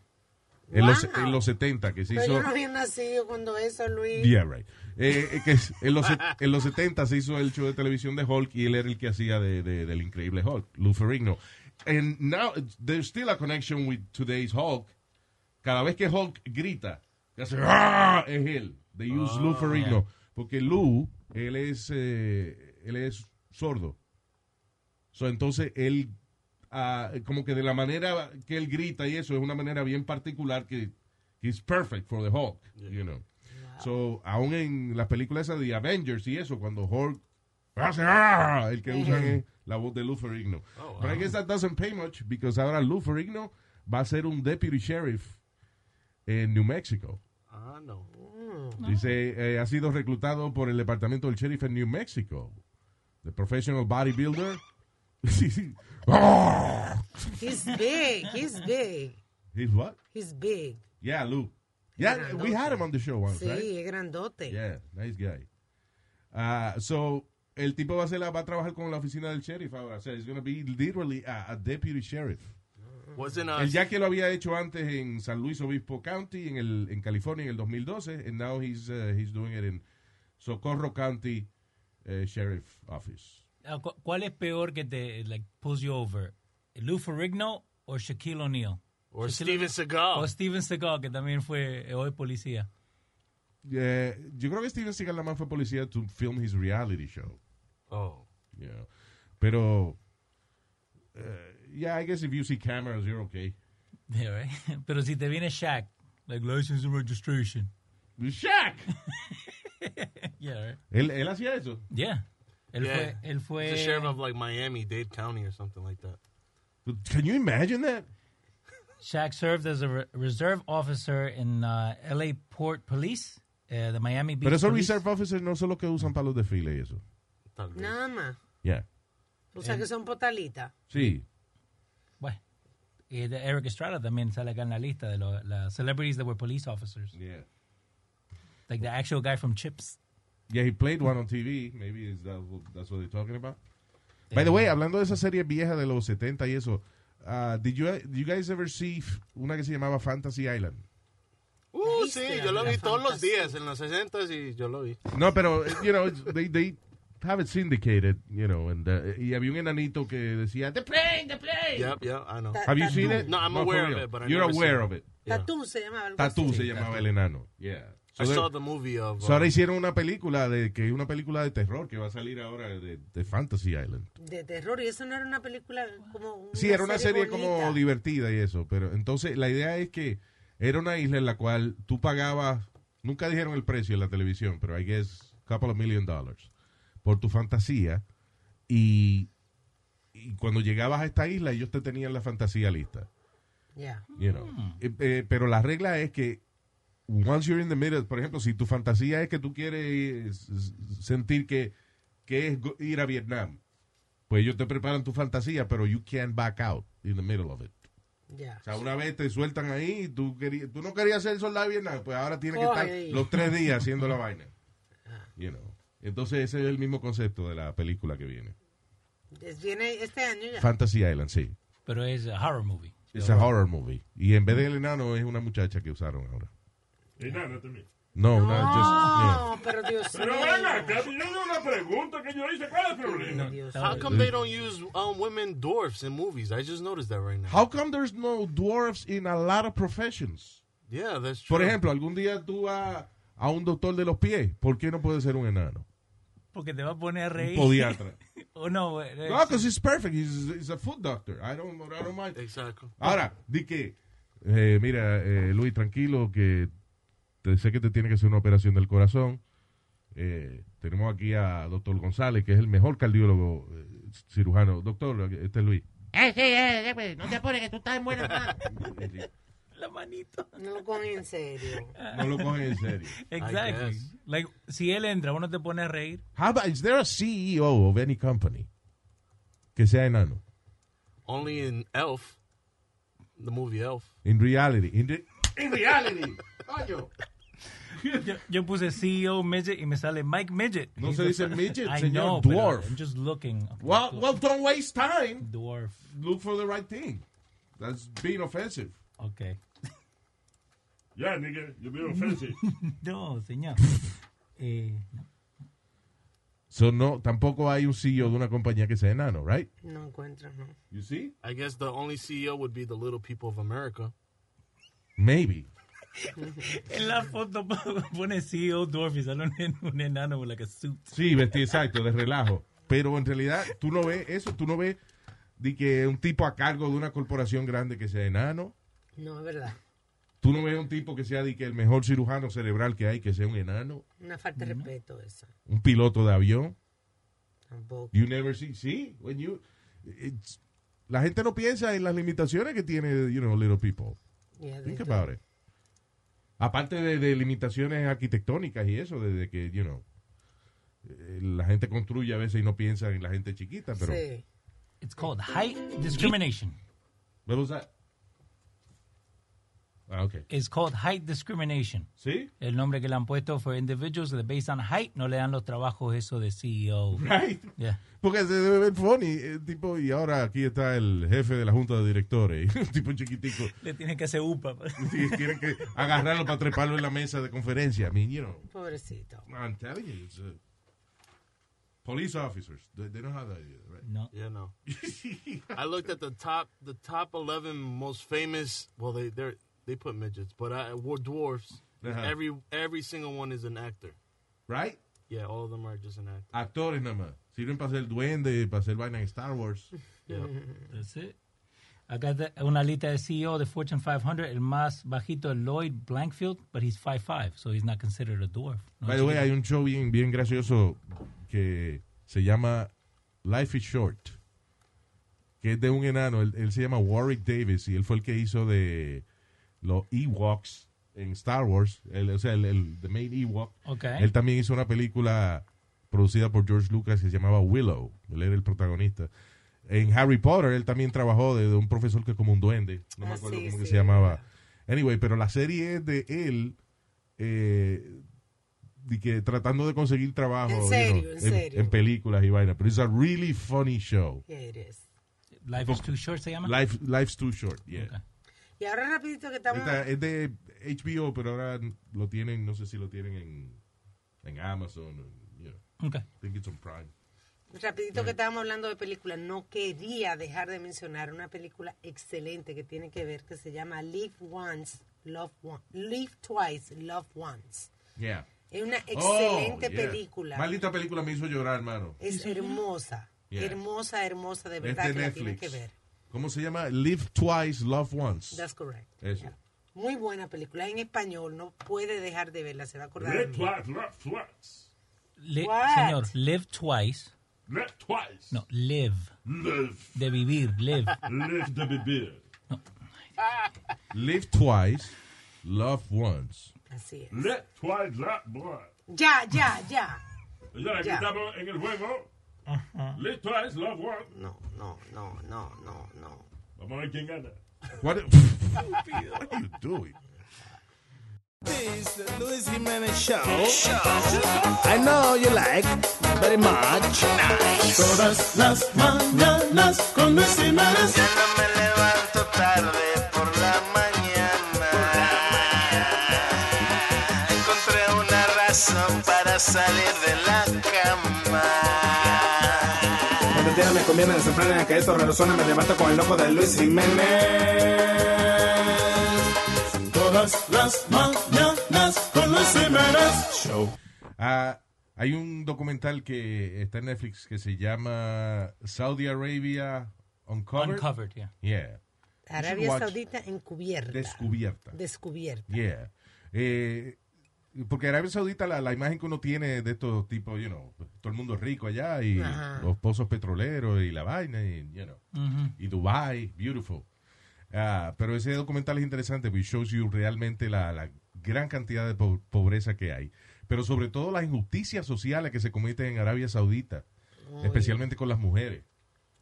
[SPEAKER 3] En, los,
[SPEAKER 4] Mm. Wow.
[SPEAKER 3] en los 70, que se
[SPEAKER 4] Pero
[SPEAKER 3] hizo...
[SPEAKER 4] yo no había nacido cuando eso, Luis.
[SPEAKER 3] Yeah, right. Eh, eh, que es- en, los, set- en los 70 se hizo el show de televisión de Hulk y él era el que hacía de, de- del increíble Hulk, Lou Ferrigno. And now it's- there's still a connection with today's Hulk. Cada vez que Hulk grita, que hace "Ah", es él. They use
[SPEAKER 4] Ah.
[SPEAKER 3] Lou Ferrigno. Porque Lou, él es, eh, él es sordo. So, entonces él, ah, como que de la manera que él grita y eso, es una manera bien particular que es perfect for the Hulk, you know. So, aún en las películas esas de Avengers y eso, cuando Hulk hace "Ah", el que usan es la voz de Lou Ferrigno. But I guess that doesn't pay much because ahora Lou Ferrigno va a ser un deputy sheriff en New Mexico.
[SPEAKER 7] Ah, no.
[SPEAKER 3] Dice, eh, ha sido reclutado por el departamento del sheriff en New Mexico. The professional bodybuilder. <laughs> Sí, sí. Ah!
[SPEAKER 4] He's big. He's big.
[SPEAKER 3] He's what?
[SPEAKER 4] He's big.
[SPEAKER 3] Yeah, Lou. Yeah, we had him on the show once,
[SPEAKER 4] Sí,
[SPEAKER 3] right?
[SPEAKER 4] es grandote.
[SPEAKER 3] Yeah, nice guy. Ah, so, el tipo va a, ser la- va a trabajar con la oficina del sheriff ahora. O sea, he's going to be literally a, a deputy sheriff.
[SPEAKER 7] Wasn't uh,
[SPEAKER 3] El ya que lo había hecho antes en San Luis Obispo County, en, el, en California, en el 2012, and now he's, uh, he's doing it in Socorro County eh, Sheriff Office.
[SPEAKER 5] Ah, cu- ¿Cuál es peor que te like, pulls you over? ¿Lou Ferrigno o Shaquille O'Neal?
[SPEAKER 7] or
[SPEAKER 5] Shaquille
[SPEAKER 7] Steven
[SPEAKER 5] O'Neal- O
[SPEAKER 7] Seagal.
[SPEAKER 5] Steven Seagal, que también fue eh, hoy policía. <laughs>
[SPEAKER 3] Eh, yo creo que Steven Seagal la más fue policía to film his reality show.
[SPEAKER 7] Oh.
[SPEAKER 3] you know. Pero, eh, yeah, I guess if you see cameras, you're okay.
[SPEAKER 5] Yeah, right? <laughs> Pero si te viene Shaq, like license and registration.
[SPEAKER 3] Shaq.
[SPEAKER 5] <laughs> Yeah, right?
[SPEAKER 3] él, él hacía eso.
[SPEAKER 5] Yeah. Él
[SPEAKER 7] Yeah.
[SPEAKER 5] fue... Él fue
[SPEAKER 7] He's the sheriff of like Miami, Dade County, or something like that.
[SPEAKER 3] Can you imagine that?
[SPEAKER 5] Shaq served as a re- reserve officer in uh, LA Port Police, uh, the Miami Beach
[SPEAKER 3] Pero esos
[SPEAKER 5] Police.
[SPEAKER 3] reserve officers no son los que usan para los desfiles y eso.
[SPEAKER 7] Tal vez.
[SPEAKER 4] Nada más.
[SPEAKER 3] Yeah.
[SPEAKER 4] O sea que son potalitas.
[SPEAKER 3] Sí.
[SPEAKER 5] Bueno, y de Eric Estrada también sale acá en la lista de los las celebrities that were police officers.
[SPEAKER 3] Yeah.
[SPEAKER 5] Like the actual guy from Chips.
[SPEAKER 3] Yeah, he played one on TV. Maybe is that, that's what they're talking about. By the way, hablando de esa serie vieja de los 70 y eso, uh, did you, did you guys ever see f- una que se llamaba Fantasy Island?
[SPEAKER 7] Uh,
[SPEAKER 4] ¿Viste?
[SPEAKER 7] sí, yo lo
[SPEAKER 4] La
[SPEAKER 7] vi todos los
[SPEAKER 4] fantasía.
[SPEAKER 7] días en los 60 y yo lo vi.
[SPEAKER 3] No, pero, you know, it's- they, they have it syndicated, you know, and, uh, y había un enanito que decía, "The plane, the plane.
[SPEAKER 7] Yep, yep, I know.
[SPEAKER 3] Have you seen
[SPEAKER 4] Tatú.
[SPEAKER 3] it?
[SPEAKER 7] No, I'm
[SPEAKER 3] for
[SPEAKER 7] aware of
[SPEAKER 3] real.
[SPEAKER 7] it, but I
[SPEAKER 3] You're
[SPEAKER 7] never
[SPEAKER 3] aware
[SPEAKER 7] seen
[SPEAKER 3] of it.
[SPEAKER 7] Yeah.
[SPEAKER 4] Tatú se llamaba. algo
[SPEAKER 3] Tatú
[SPEAKER 4] así.
[SPEAKER 3] se llamaba el enano. Yeah.
[SPEAKER 7] I
[SPEAKER 3] So
[SPEAKER 7] saw
[SPEAKER 3] they-
[SPEAKER 7] the movie of.
[SPEAKER 3] So ahora
[SPEAKER 7] um,
[SPEAKER 3] hicieron una película de que es una película de terror que va a salir ahora de, de Fantasy Island.
[SPEAKER 4] De terror, y eso no era una película como.
[SPEAKER 3] Sí, era una serie, como
[SPEAKER 4] bonita.
[SPEAKER 3] divertida y eso, pero entonces la idea es que era una isla en la cual tú pagabas, nunca dijeron el precio en la televisión, pero I guess couple of million dollars por tu fantasía y, y cuando llegabas a esta isla ellos te tenían la fantasía lista.
[SPEAKER 4] Yeah.
[SPEAKER 3] you know. Eh, eh, pero la regla es que once you're in the middle, por ejemplo, si tu fantasía es que tú quieres eh, s- sentir que, que es go- ir a Vietnam, pues ellos te preparan tu fantasía, pero you can't back out in the middle of it.
[SPEAKER 4] Ya.
[SPEAKER 3] O sea, una vez te sueltan ahí, tú, querías- tú no querías ser soldado de Vietnam, pues ahora tienes que
[SPEAKER 4] Coge
[SPEAKER 3] estar
[SPEAKER 4] ahí.
[SPEAKER 3] los tres días haciendo la vaina. You know. Entonces ese es el mismo concepto de la película que viene.
[SPEAKER 4] Es- Viene este año ya.
[SPEAKER 3] Fantasy Island, sí.
[SPEAKER 5] Pero es a horror movie.
[SPEAKER 3] Es a horror movie. Y en vez del enano es una muchacha que usaron ahora.
[SPEAKER 8] Enana también.
[SPEAKER 3] No, no,
[SPEAKER 4] No, pero
[SPEAKER 3] <laughs>
[SPEAKER 4] Dios
[SPEAKER 8] Pero
[SPEAKER 4] mío.
[SPEAKER 8] ven acá, yo tengo una pregunta que yo hice. ¿Cuál es el problema?
[SPEAKER 7] How come they don't use um, women dwarfs in movies? I just noticed that right now.
[SPEAKER 3] How come there's no dwarfs in a lot of professions?
[SPEAKER 7] Yeah, that's true.
[SPEAKER 3] Por ejemplo, algún día tú vas a un doctor de los pies, ¿por qué no puede ser un enano?
[SPEAKER 5] Porque te va a poner a reír.
[SPEAKER 8] <laughs>
[SPEAKER 5] <laughs>
[SPEAKER 3] podiatra.
[SPEAKER 5] o no. eh,
[SPEAKER 3] No, because he's perfect. He's, he's a foot doctor. I don't, I don't mind.
[SPEAKER 7] Exacto.
[SPEAKER 3] Ahora, di que, eh, mira, eh, Luis, tranquilo, que te, sé que te tiene que hacer una operación del corazón. Eh, tenemos aquí a doctor González, que es el mejor cardiólogo eh, cirujano. Doctor, este es Luis.
[SPEAKER 9] Eh, sí, eh, eh, güey, no te apures que tú estás en
[SPEAKER 3] <laughs>
[SPEAKER 9] buena mano.
[SPEAKER 5] La manito.
[SPEAKER 4] No lo cogen en serio.
[SPEAKER 3] No lo cogen en serio.
[SPEAKER 5] Exactly. Like, si él entra, uno te pone a reír.
[SPEAKER 3] How about, is there a CEO of any company que sea enano?
[SPEAKER 7] Only in Elf, the movie Elf.
[SPEAKER 3] In reality. in re-
[SPEAKER 7] In reality, coño.
[SPEAKER 5] Yo, yo puse CEO Midget y me sale Mike Midget.
[SPEAKER 3] No
[SPEAKER 5] Y
[SPEAKER 3] se dice midget,
[SPEAKER 5] I
[SPEAKER 3] señor,
[SPEAKER 5] know, pero
[SPEAKER 3] dwarf.
[SPEAKER 5] I'm just looking.
[SPEAKER 3] well, well, don't waste time.
[SPEAKER 5] Dwarf.
[SPEAKER 3] Look for the right thing. That's being offensive.
[SPEAKER 5] Okay.
[SPEAKER 8] Yeah, nigga, you're being offensive.
[SPEAKER 5] no, señor. Eh, no.
[SPEAKER 3] So, no, tampoco hay un CEO de una compañía que sea enano, right?
[SPEAKER 4] No encuentro, no.
[SPEAKER 3] You see?
[SPEAKER 7] I guess the only CEO would be the Little People of America.
[SPEAKER 3] Maybe.
[SPEAKER 5] En la foto <laughs> pone CEO Dwarf y sale un, en- un enano con like a suit.
[SPEAKER 3] Sí, vestir exacto, de relajo. Pero en realidad, tú no ves eso, tú no ves de que un tipo a cargo de una corporación grande que sea enano.
[SPEAKER 4] No, es verdad.
[SPEAKER 3] Tú no ves un tipo que sea de que el mejor cirujano cerebral que hay que sea un enano,
[SPEAKER 4] Una falta de respeto eso.
[SPEAKER 3] un piloto de avión.
[SPEAKER 4] Tampoco.
[SPEAKER 3] You never see. Sí, when you. it's- la gente no piensa en las limitaciones que tiene, you know, little people.
[SPEAKER 4] Yeah, they
[SPEAKER 3] Think
[SPEAKER 4] do.
[SPEAKER 3] about it. Mm, Aparte de, de limitaciones arquitectónicas y eso, desde que, you know, eh, la gente construye a veces y no piensa en la gente chiquita, pero.
[SPEAKER 5] Sí. It's called height discrimination.
[SPEAKER 3] What was that? Ah, okay.
[SPEAKER 5] It's called height discrimination.
[SPEAKER 3] Sí. <laughs>
[SPEAKER 5] El nombre que le han puesto for individuals that based on height no le dan los trabajos eso de <laughs> CEO.
[SPEAKER 3] Right.
[SPEAKER 5] Yeah.
[SPEAKER 3] Porque se debe ver funny, eh, tipo, y ahora aquí está el jefe de la junta de directores, <laughs> un tipo chiquitico.
[SPEAKER 5] Le tienen que hacer upa.
[SPEAKER 3] Sí, tienen que agarrarlo para treparlo en la mesa de conferencia. I mean, you know,
[SPEAKER 4] Pobrecito.
[SPEAKER 3] I'm telling you, it's, uh, police officers, they, they don't have that idea, right?
[SPEAKER 5] <laughs>
[SPEAKER 3] <laughs>
[SPEAKER 5] No.
[SPEAKER 7] Yeah, no. I looked at the top, the top eleven most famous. Well, they they they put midgets, but I were dwarfs.
[SPEAKER 3] Uh-huh.
[SPEAKER 7] Every every single one is an actor,
[SPEAKER 3] Right?
[SPEAKER 7] Yeah, all of them are just an actor.
[SPEAKER 3] Actores nada más. Sirven para ser duende, para hacer vaina en Star Wars.
[SPEAKER 5] That's it. Acá está una lista de CEO de Fortune 500. El más bajito es Lloyd Blankfield, but he's 5'5", so he's not considered a dwarf. No,
[SPEAKER 3] By the way, hay un show bien, bien gracioso que se llama Life is Short, que es de un enano. Él, él se llama Warwick Davis y él fue el que hizo de los Ewoks en Star Wars, el- o sea, el, el the main Ewok.
[SPEAKER 5] Ok.
[SPEAKER 4] ¿Eh?
[SPEAKER 3] Él también hizo una película producida por George Lucas que se llamaba Willow. Él era el protagonista. En Harry Potter él también trabajó de, de un profesor que es como un duende. No me
[SPEAKER 8] Ah,
[SPEAKER 3] acuerdo
[SPEAKER 8] sí,
[SPEAKER 3] cómo que
[SPEAKER 8] sí,
[SPEAKER 3] se llamaba. Anyway, pero la serie es de él eh, de que tratando de conseguir trabajo
[SPEAKER 4] En serio, en serio.
[SPEAKER 3] en películas y vaina. Pero es a really funny show.
[SPEAKER 4] Yeah, it is.
[SPEAKER 5] Life is Too Short se llama.
[SPEAKER 3] Life, Life's Too Short, yeah.
[SPEAKER 4] Y ahora rapidito que estamos...
[SPEAKER 3] Esta es de HBO, pero ahora lo tienen, no sé si lo tienen en, en Amazon. o, you know.
[SPEAKER 5] Okay.
[SPEAKER 3] I think it's on Prime. eh.
[SPEAKER 4] Rapidito que estábamos hablando de películas, no quería dejar de mencionar una película excelente que tiene que ver, que se llama Live Once, Love Once. Live Twice, Love Once.
[SPEAKER 3] Yeah.
[SPEAKER 4] Es una
[SPEAKER 3] Oh,
[SPEAKER 4] excelente
[SPEAKER 3] yeah.
[SPEAKER 4] película.
[SPEAKER 3] Maldita película me hizo llorar, hermano.
[SPEAKER 4] Es hermosa.
[SPEAKER 3] Yeah.
[SPEAKER 4] Hermosa, hermosa, de verdad
[SPEAKER 3] Este
[SPEAKER 4] que la
[SPEAKER 3] Netflix.
[SPEAKER 4] tienes que ver.
[SPEAKER 3] ¿Cómo se llama? Live Twice, Love Once.
[SPEAKER 4] That's correct.
[SPEAKER 3] Eso.
[SPEAKER 4] Muy buena película en español, no puede dejar de verla, se va a acordar. de
[SPEAKER 8] Red
[SPEAKER 4] mí.
[SPEAKER 8] flags, red flags.
[SPEAKER 5] Le-
[SPEAKER 4] What?
[SPEAKER 5] señor, live twice.
[SPEAKER 8] Red twice.
[SPEAKER 5] No, live. De vivir,
[SPEAKER 3] <laughs>
[SPEAKER 5] live.
[SPEAKER 8] Live de vivir.
[SPEAKER 3] Live Twice, Love Once.
[SPEAKER 4] Así es.
[SPEAKER 8] Red twice, red blood.
[SPEAKER 4] Ya, ya, ya.
[SPEAKER 8] Ya, aquí
[SPEAKER 4] Ya.
[SPEAKER 8] estamos en el juego. Live twice, love once.
[SPEAKER 4] No, no, no, no, no, no.
[SPEAKER 8] Vamos a ver quién gana. <laughs>
[SPEAKER 3] What, what are you doing?
[SPEAKER 10] This Luis Jimenez show. I know you like very much. Todas las mañanas con Luis Jiménez. Ya no me levanto tarde por la mañana. Encontré una razón para salir de la cama. Cuando me conviene, desenfrena que esto resuena. Me levanto con el loco de Luis Jiménez. Todas las mañanas con Luis Jiménez.
[SPEAKER 3] Ah, hay un documental que está en Netflix que se llama Saudi Arabia Uncovered.
[SPEAKER 5] Uncovered, yeah.
[SPEAKER 3] Yeah. You should
[SPEAKER 4] Arabia
[SPEAKER 3] watch
[SPEAKER 4] Saudita encubierta.
[SPEAKER 3] Descubierta.
[SPEAKER 4] Descubierta.
[SPEAKER 3] Yeah. Eh, porque Arabia Saudita, la, la imagen que uno tiene de estos tipos, you know, todo el mundo rico allá y
[SPEAKER 11] Ajá.
[SPEAKER 3] los pozos petroleros y la vaina y, you know,
[SPEAKER 11] Ujú.
[SPEAKER 3] y Dubai, beautiful. Ah, pero ese documental es interesante porque shows you realmente la, la gran cantidad de po- pobreza que hay. Pero sobre todo las injusticias sociales que se cometen en Arabia Saudita,
[SPEAKER 11] Muy.
[SPEAKER 3] especialmente con las mujeres.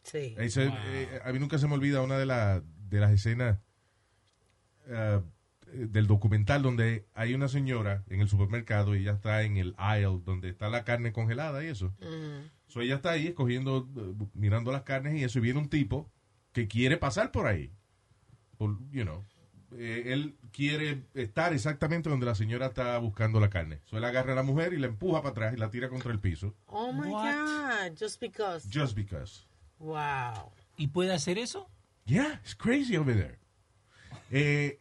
[SPEAKER 4] Sí.
[SPEAKER 3] Eso es- eh, a mí nunca se me olvida una de, la- de las escenas ah, del documental donde hay una señora en el supermercado y ella está en el aisle donde está la carne congelada y eso. So, ella está ahí escogiendo, eh, mirando las carnes y eso, y viene un tipo que quiere pasar por ahí. Por, you know, eh, él quiere estar exactamente donde la señora está buscando la carne. So, él agarra a la mujer y la empuja para atrás y la tira contra el piso.
[SPEAKER 4] Oh my God, just because.
[SPEAKER 3] Just because.
[SPEAKER 4] Wow.
[SPEAKER 5] ¿Y puede hacer eso?
[SPEAKER 3] Yeah, it's crazy over there. Eh,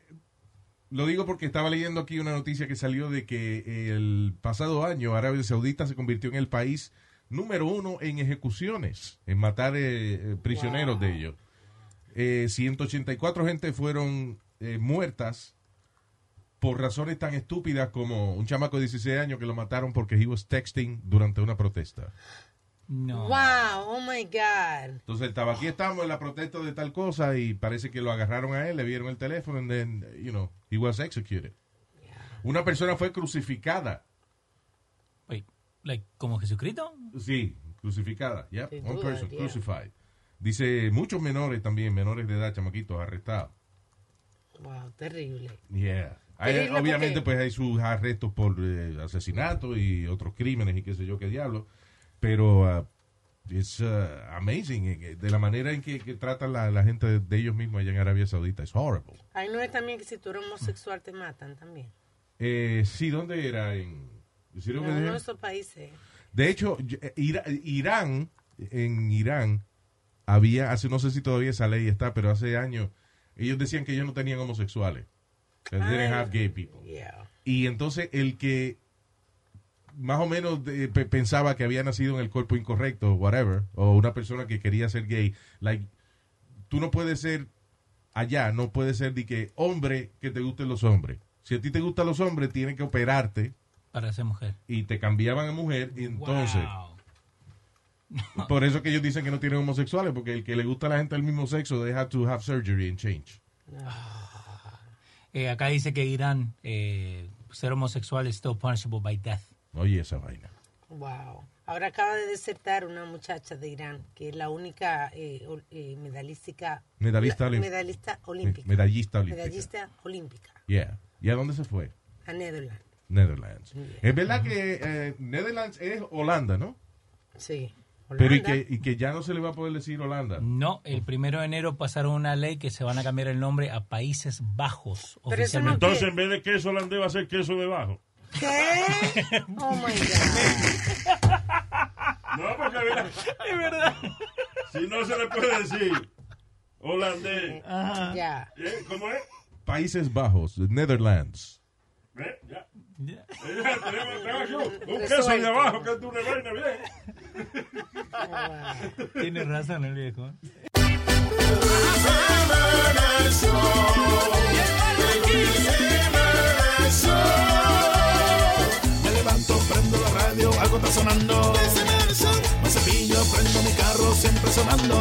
[SPEAKER 3] lo digo porque estaba leyendo aquí una noticia que salió de que el pasado año Arabia Saudita se convirtió en el país número uno en ejecuciones, en matar eh, eh, prisioneros de ellos. Eh, 184 gente fueron eh, muertas por razones tan estúpidas como un chamaco de 16 años que lo mataron porque he was texting durante una protesta.
[SPEAKER 5] No.
[SPEAKER 4] Wow, oh my God.
[SPEAKER 3] Entonces él estaba aquí, estamos en pues, la protesta de tal cosa y parece que lo agarraron a él, le vieron el teléfono and then, you know, he was executed. Una persona fue crucificada.
[SPEAKER 5] Wait, like, ¿como Jesucristo?
[SPEAKER 3] Sí, crucificada. Yep,
[SPEAKER 5] Sin
[SPEAKER 3] one
[SPEAKER 5] duda,
[SPEAKER 3] person
[SPEAKER 5] yeah.
[SPEAKER 3] crucified. Dice muchos menores también, menores de edad, chamaquitos arrestados.
[SPEAKER 4] Wow, terrible.
[SPEAKER 3] Yeah. Hay-
[SPEAKER 4] Terrible, ¿por
[SPEAKER 3] obviamente
[SPEAKER 4] qué?
[SPEAKER 3] pues hay sus arrestos por eh, asesinato y otros crímenes y qué sé yo qué diablo, pero es amazing eh, de la manera en que, que tratan la, la gente de, de ellos mismos allá en Arabia Saudita. Es horrible.
[SPEAKER 4] Ahí no es también que si tú eres homosexual te matan también.
[SPEAKER 3] Eh, sí, ¿dónde era? En, ¿sí
[SPEAKER 4] En
[SPEAKER 3] era
[SPEAKER 4] uno
[SPEAKER 3] que-
[SPEAKER 4] de esos países.
[SPEAKER 3] De hecho, y- eh, Ira- Irán, en Irán, había, hace, no sé si todavía esa ley está, pero hace años, ellos decían que ellos no tenían homosexuales. They didn't
[SPEAKER 11] Ah.
[SPEAKER 3] have gay people.
[SPEAKER 4] Yeah.
[SPEAKER 3] Y entonces el que más o menos de- pe- pensaba que había nacido en el cuerpo incorrecto, whatever, o una persona que quería ser gay, like, tú no puedes ser allá, no puedes ser de que hombre que te gusten los hombres. Si a ti te gustan los hombres, tienen que operarte
[SPEAKER 5] Para ser mujer.
[SPEAKER 3] y te cambiaban a mujer y entonces por eso que ellos dicen que no tienen homosexuales porque el que le gusta a la gente del mismo sexo they have to have surgery and change
[SPEAKER 5] Eh, acá dice que Irán, eh, ser homosexual is still punishable by death.
[SPEAKER 3] oye esa vaina
[SPEAKER 4] Wow. Ahora acaba de desertar una muchacha de Irán, que es la única eh, ol- eh, medalística,
[SPEAKER 3] Medalista
[SPEAKER 4] la-
[SPEAKER 3] olim-
[SPEAKER 4] medalista olímpica.
[SPEAKER 3] Me- medallista olímpica.
[SPEAKER 4] Medallista olímpica
[SPEAKER 3] yeah y a dónde se fue
[SPEAKER 4] a Netherlands.
[SPEAKER 3] Netherlands es verdad que eh, Netherlands es Holanda no
[SPEAKER 4] Sí.
[SPEAKER 3] pero y
[SPEAKER 5] Holanda.
[SPEAKER 3] que, y que ya no se le va a poder decir Holanda
[SPEAKER 8] Mm.
[SPEAKER 5] No, el primero de enero pasaron una ley que se van a cambiar el nombre a Países Bajos. oficialmente.
[SPEAKER 8] Entonces, en vez de queso holandés, va a ser queso debajo.
[SPEAKER 4] ¿Qué? Oh my
[SPEAKER 8] God. No, porque
[SPEAKER 5] <laughs>
[SPEAKER 8] es
[SPEAKER 5] verdad.
[SPEAKER 8] Si no se le puede decir holandés.
[SPEAKER 5] Ah.
[SPEAKER 4] Ya.
[SPEAKER 8] ¿Eh? ¿Cómo es?
[SPEAKER 3] Países Bajos Netherlands
[SPEAKER 8] ¿Eh? Ya. Un queso ahí abajo que es de una vaina bien.
[SPEAKER 5] <laughs> Tiene razón el viejo.
[SPEAKER 10] Me levanto, prendo la radio, algo está sonando. Me cepillo, prendo mi carro, siempre sonando.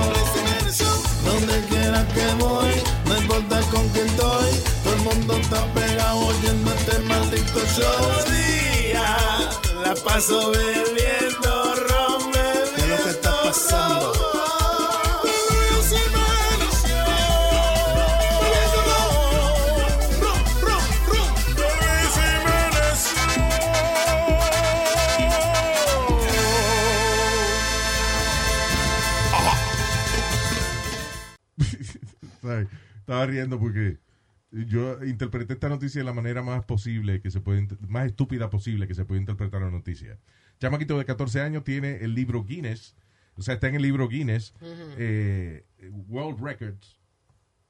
[SPEAKER 10] Donde quiera que voy, no importa con quién estoy. Todo el mundo está pegado oyendo este maldito show. Todo día la paso bebiendo ron, ¿Qué es lo que está pasando?
[SPEAKER 3] Sorry. Estaba riendo porque yo interpreté esta noticia de la manera más posible que se puede, int- más estúpida posible que se puede interpretar la noticia. Chamaquito de 14 años tiene el libro Guinness, o sea, está en el libro Guinness,
[SPEAKER 11] Ujú.
[SPEAKER 3] eh, World Records,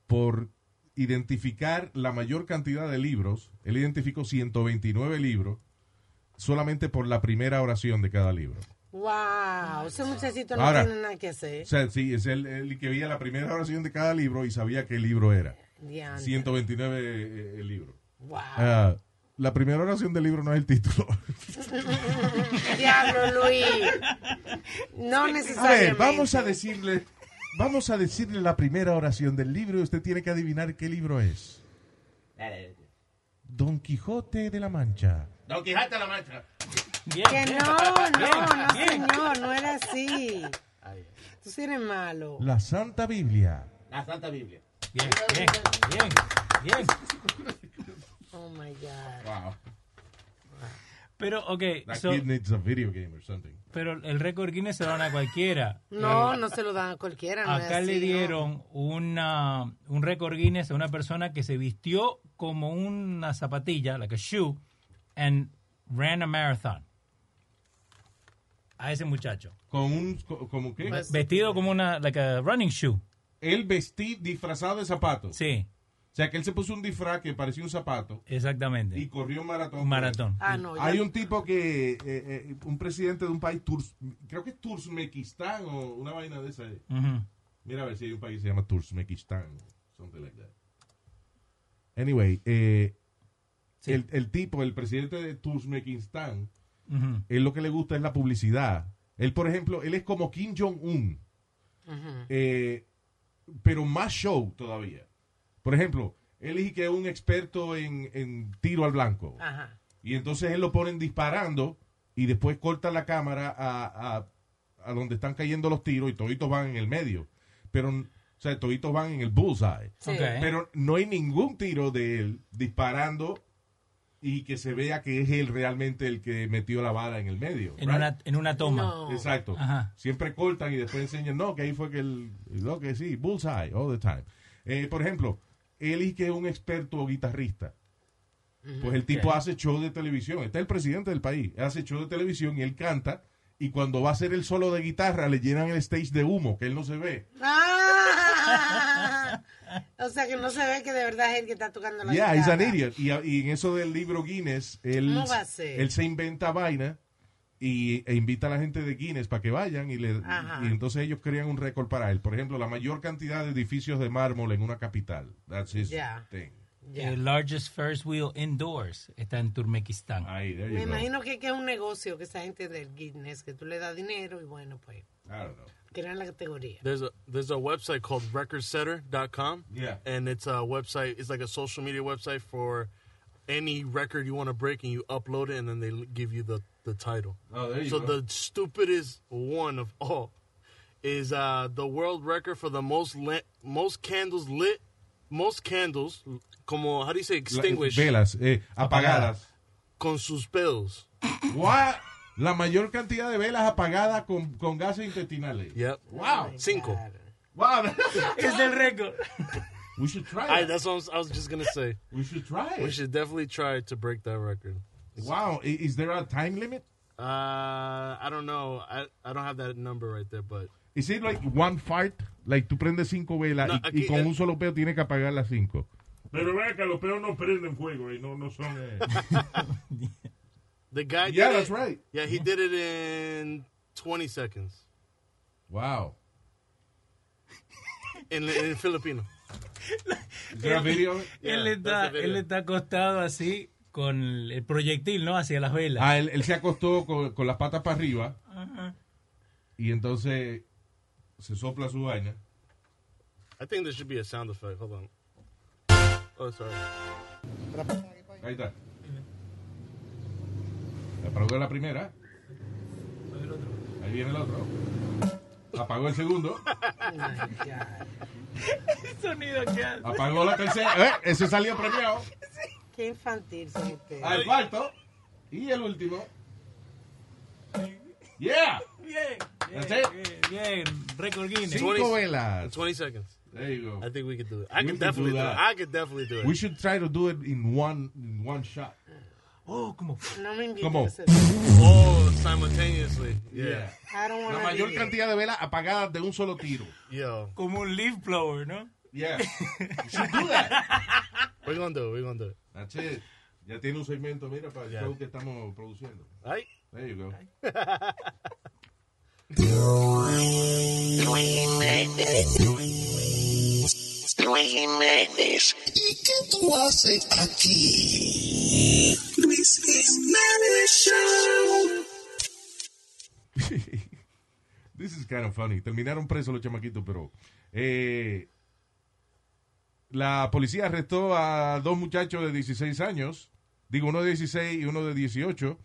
[SPEAKER 3] por identificar la mayor cantidad de libros. Él identificó 129 libros solamente por la primera oración de cada libro.
[SPEAKER 4] Wow, ese muchachito no
[SPEAKER 3] Ahora,
[SPEAKER 4] tiene nada que hacer.
[SPEAKER 3] O sea, sí, es el, el que veía la primera oración de cada libro y sabía qué libro era.
[SPEAKER 4] Diantre.
[SPEAKER 3] 129 eh, el libro.
[SPEAKER 4] Wow.
[SPEAKER 3] Ah, la primera oración del libro no es el título. <laughs>
[SPEAKER 4] Diablo, Luis. No
[SPEAKER 3] A ver,
[SPEAKER 4] necesariamente.
[SPEAKER 3] vamos a decirle, vamos a decirle la primera oración del libro y usted tiene que adivinar qué libro es. Don Quijote de la Mancha.
[SPEAKER 10] Don Quijote la mancha.
[SPEAKER 4] Que no, no, no, señor, no era así. Tú sí eres malo.
[SPEAKER 3] La Santa Biblia.
[SPEAKER 10] La Santa Biblia.
[SPEAKER 5] Bien, bien, bien, bien.
[SPEAKER 4] Oh my God.
[SPEAKER 3] Wow.
[SPEAKER 5] Pero, ok,
[SPEAKER 3] That
[SPEAKER 5] so-
[SPEAKER 3] kid needs a video game or something.
[SPEAKER 5] pero el récord Guinness se lo dan a cualquiera.
[SPEAKER 4] No,
[SPEAKER 5] Eh,
[SPEAKER 4] no se lo dan a cualquiera. No es
[SPEAKER 5] Acá
[SPEAKER 4] así,
[SPEAKER 5] le
[SPEAKER 4] no.
[SPEAKER 5] dieron una, un récord Guinness a una persona que se vistió como una zapatilla, like a shoe, and ran a marathon. A ese muchacho.
[SPEAKER 3] Con un, co- como qué?
[SPEAKER 5] Pues- Vestido como una, like a running shoe.
[SPEAKER 3] Él vestí disfrazado de zapato.
[SPEAKER 5] Sí.
[SPEAKER 3] O sea, que él se puso un disfraz que parecía un zapato.
[SPEAKER 5] Exactamente.
[SPEAKER 3] Y corrió un maratón.
[SPEAKER 5] Un maratón.
[SPEAKER 4] Ah, no, ya-
[SPEAKER 3] Hay un tipo que, eh, eh, un presidente de un país, Turs- creo que es Turkmenistán o una vaina de esa. eh.
[SPEAKER 5] Ujú.
[SPEAKER 3] Mira a ver si hay un país que se llama Turkmenistán. Something like that. Anyway, eh, el, el tipo, el presidente de Turkmenistán,
[SPEAKER 5] Ujú.
[SPEAKER 3] él lo que le gusta es la publicidad. Él, por ejemplo, él es como Kim Jong-un, eh, pero más show todavía. Por ejemplo, él dice que es un experto en, en tiro al blanco.
[SPEAKER 4] Ajá.
[SPEAKER 3] Y entonces él lo ponen disparando y después corta la cámara a, a- a donde están cayendo los tiros y toditos van en el medio. Pero, o sea, toditos van en el bullseye.
[SPEAKER 11] Sí. Ok.
[SPEAKER 5] ¿Eh?
[SPEAKER 3] Pero no hay ningún tiro de él disparando y que se vea que es él realmente el que metió la bala en el medio.
[SPEAKER 5] En,
[SPEAKER 3] right?
[SPEAKER 5] una, en una toma.
[SPEAKER 3] Exacto.
[SPEAKER 5] Ajá.
[SPEAKER 3] Siempre cortan y después enseñan, no, que ahí fue que el, lo que sí, bullseye all the time. Eh, por ejemplo, él es que es un experto guitarrista. Pues el tipo
[SPEAKER 11] Ok.
[SPEAKER 3] hace show de televisión. Está el presidente del país. Hace show de televisión y él canta. Y cuando va a hacer el solo de guitarra, le llenan el stage de humo, que él no se ve.
[SPEAKER 4] Ah, <laughs> o sea que no se ve que de verdad es el que está tocando la
[SPEAKER 3] Yeah, he's
[SPEAKER 4] guitarra.
[SPEAKER 3] an idiot. Y, y en eso del libro Guinness, él,
[SPEAKER 4] ¿Cómo va a ser?
[SPEAKER 3] él se inventa vaina y, e invita a la gente de Guinness para que vayan y, le,
[SPEAKER 4] Ajá.
[SPEAKER 3] y entonces ellos crean un récord para él. Por ejemplo, la mayor cantidad de edificios de mármol en una capital. That's his
[SPEAKER 4] Yeah.
[SPEAKER 3] thing.
[SPEAKER 4] Yeah.
[SPEAKER 5] The largest First wheel indoors está en Turmequistán.
[SPEAKER 4] Me imagino que, que es un negocio que esa gente del Guinness, que tú le das dinero y bueno, pues, crean la categoría.
[SPEAKER 7] There's a there's a website called recordsetter.com.
[SPEAKER 3] Yeah.
[SPEAKER 7] And it's a website, it's like a social media website for any record you want to break and you upload it and then they l- give you the, the title.
[SPEAKER 3] Oh, there you
[SPEAKER 7] so
[SPEAKER 3] go.
[SPEAKER 7] the stupidest one of all is uh, the world record for the most lit, most candles lit, most candles, como, how do you say, extinguished?
[SPEAKER 3] Velas eh, apagadas.
[SPEAKER 7] Con sus pedos.
[SPEAKER 3] What? La mayor cantidad de velas apagadas con, con gases intestinales.
[SPEAKER 7] Yep.
[SPEAKER 3] Wow.
[SPEAKER 4] Oh
[SPEAKER 7] Cinco.
[SPEAKER 3] Wow. <laughs>
[SPEAKER 7] Es el récord.
[SPEAKER 3] We should try
[SPEAKER 7] I,
[SPEAKER 3] it.
[SPEAKER 7] that's what I was, I was just going to say.
[SPEAKER 3] We should try
[SPEAKER 7] We
[SPEAKER 3] it.
[SPEAKER 7] should definitely try to break that record.
[SPEAKER 3] Wow. I- Is there a time limit?
[SPEAKER 7] Uh, I don't know. I, I don't have that number right there, but
[SPEAKER 3] Is it like one fart? Like tú prendes cinco velas
[SPEAKER 7] No,
[SPEAKER 3] y, y
[SPEAKER 7] aquí,
[SPEAKER 3] con
[SPEAKER 7] eh.
[SPEAKER 3] un solo peo tienes que apagar las cinco.
[SPEAKER 8] Pero vean que los peos no prenden fuego y no, no son. eh.
[SPEAKER 7] The guy.
[SPEAKER 3] Yeah,
[SPEAKER 7] did
[SPEAKER 3] that's
[SPEAKER 7] it-
[SPEAKER 3] right.
[SPEAKER 7] Yeah, he did it in 20 seconds
[SPEAKER 3] <laughs> Wow.
[SPEAKER 7] in
[SPEAKER 3] <laughs>
[SPEAKER 7] in Filipino.
[SPEAKER 5] Él- Él, está, él está acostado así con el el proyectil, ¿no? Hacia las velas.
[SPEAKER 3] Ah, él, él se acostó con, con las patas para arriba
[SPEAKER 5] Ajá.
[SPEAKER 3] y entonces se sopla su vaina.
[SPEAKER 7] I think there should be a sound effect. Hold on. Oh, sorry.
[SPEAKER 3] Ahí está. Apagó la primera. Ahí viene el otro. Apagó el segundo.
[SPEAKER 5] El sonido que hace.
[SPEAKER 3] Apagó la tercera. Eh, ese salió premiado.
[SPEAKER 4] Qué infantil son ustedes.
[SPEAKER 3] Al Ah, cuarto. Y el último. Yeah.
[SPEAKER 5] Bien, bien,
[SPEAKER 3] That's it.
[SPEAKER 5] bien, récord Guinness.
[SPEAKER 3] Cinco
[SPEAKER 7] 20
[SPEAKER 3] velas.
[SPEAKER 7] in 20 seconds.
[SPEAKER 3] There you go.
[SPEAKER 7] I think we could do it. I
[SPEAKER 3] We can
[SPEAKER 7] could
[SPEAKER 3] do
[SPEAKER 7] definitely do, it.
[SPEAKER 3] that.
[SPEAKER 7] I could definitely do it.
[SPEAKER 3] We should try to do it in one in one shot.
[SPEAKER 5] Oh, como.
[SPEAKER 4] No me inviten
[SPEAKER 3] Como-
[SPEAKER 4] a hacer-
[SPEAKER 7] Oh, simultaneously. Yeah.
[SPEAKER 3] Yeah.
[SPEAKER 4] I don't
[SPEAKER 3] La
[SPEAKER 4] wanna
[SPEAKER 3] mayor
[SPEAKER 4] be-
[SPEAKER 3] cantidad de velas apagadas de un solo tiro.
[SPEAKER 7] Yo.
[SPEAKER 5] Como un leaf blower, ¿no?
[SPEAKER 3] Yeah.
[SPEAKER 7] We're going to do it. We're going to do it.
[SPEAKER 3] That's it. Ya tiene un segmento, mira, para el
[SPEAKER 7] Yeah.
[SPEAKER 3] show que estamos produciendo.
[SPEAKER 7] Right?
[SPEAKER 3] There you <laughs> go.
[SPEAKER 11] Luis Jiménez. ¿Y qué tú haces aquí? Luis Jiménez Show.
[SPEAKER 3] <laughs> This is kind of funny. Terminaron presos los chamaquitos, pero... eh, la policía arrestó a dos muchachos de 16 años, digo uno de 16 y uno de 18,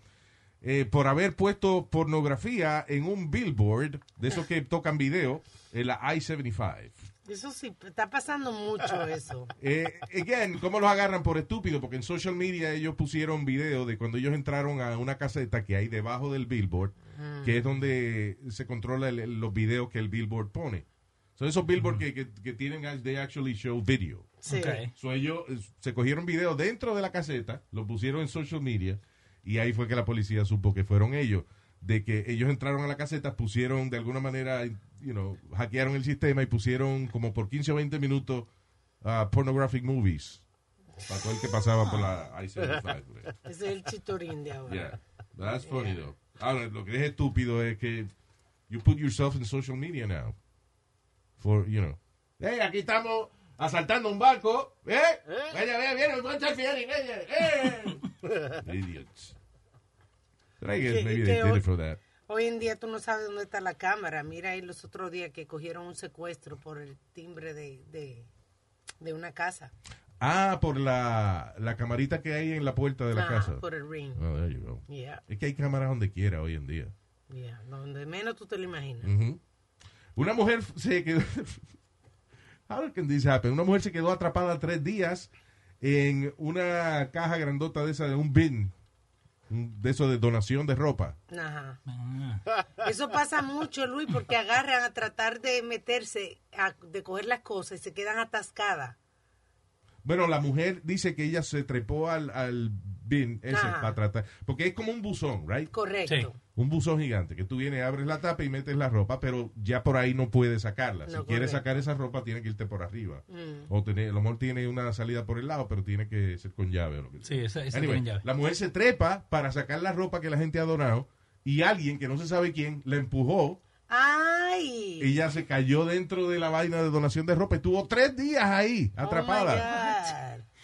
[SPEAKER 3] eh, por haber puesto pornografía en un billboard, de esos que tocan video, en la I-75.
[SPEAKER 4] Eso sí, está pasando
[SPEAKER 3] <laughs>
[SPEAKER 4] mucho eso.
[SPEAKER 3] Eh, again, ¿cómo los agarran por estúpido? Porque en social media ellos pusieron video de cuando ellos entraron a una caseta que hay debajo del billboard, que es donde se controla el- el- los videos que el billboard pone. Son esos billboards que, que- que tienen, act- they actually show video.
[SPEAKER 4] Sí. Ok.
[SPEAKER 3] So ellos eh, se cogieron video dentro de la caseta, lo pusieron en social media, y ahí fue que la policía supo que fueron ellos. De que ellos entraron a la caseta, pusieron de alguna manera, you know, hackearon el sistema y pusieron como por 15 o 20 minutos ah, pornographic movies. Para todo el que pasaba por la I-75. por ahí.
[SPEAKER 4] Ese es el chitorín de ahora. <laughs>
[SPEAKER 3] Yeah. That's funny, though. Ahora, lo que es estúpido es que you put yourself in social media now. For, you know. Hey, aquí estamos asaltando un barco. ¿Eh? Vaya, vaya, viene, ponte al final y vaya.
[SPEAKER 4] <laughs>
[SPEAKER 3] ¡Eh! Idiots. But I guess
[SPEAKER 4] Que-
[SPEAKER 3] maybe
[SPEAKER 4] que
[SPEAKER 3] they did
[SPEAKER 4] hoy-
[SPEAKER 3] it for that.
[SPEAKER 4] Hoy en día tú no sabes dónde está la cámara. Mira ahí los otros días que cogieron un secuestro por el timbre de, de, de una casa.
[SPEAKER 3] Ah, por la, la camarita que hay en la puerta de la
[SPEAKER 4] Ah,
[SPEAKER 3] casa.
[SPEAKER 4] por el ring.
[SPEAKER 3] Oh, there you go.
[SPEAKER 4] Yeah.
[SPEAKER 3] Es que hay cámaras donde quiera hoy en día.
[SPEAKER 4] Yeah, Donde menos tú te lo imaginas.
[SPEAKER 3] Ujú. Una mujer se quedó. <laughs> How can this happen? Una mujer se quedó atrapada tres días en una caja grandota de esa, de un bin, un- de eso de donación de ropa.
[SPEAKER 4] Ajá.
[SPEAKER 3] Ah.
[SPEAKER 4] Eso pasa mucho, Luis, porque agarran a tratar de meterse, a- de coger las cosas y se quedan atascadas.
[SPEAKER 3] Bueno, la mujer dice que ella se trepó al, al bin ese
[SPEAKER 4] Ajá.
[SPEAKER 3] para tratar, porque es como un buzón, right?
[SPEAKER 4] Correcto. Sí.
[SPEAKER 3] Un buzón gigante, que tú vienes, abres la tapa y metes la ropa, pero ya por ahí no puedes sacarla.
[SPEAKER 4] No,
[SPEAKER 3] si quieres
[SPEAKER 4] correcto.
[SPEAKER 3] sacar esa ropa, tiene que irte por arriba.
[SPEAKER 4] Mm.
[SPEAKER 3] O tener, a lo mejor tiene una salida por el lado, pero tiene que ser con llave. O lo que sea.
[SPEAKER 5] Sí, esa- esa tiene llave.
[SPEAKER 3] La mujer se trepa para sacar la ropa que la gente ha donado y alguien que no se sabe quién la empujó.
[SPEAKER 4] ¡Ay!
[SPEAKER 3] Ella se cayó dentro de la vaina de donación de ropa. Estuvo tres días ahí, atrapada.
[SPEAKER 4] Oh my God.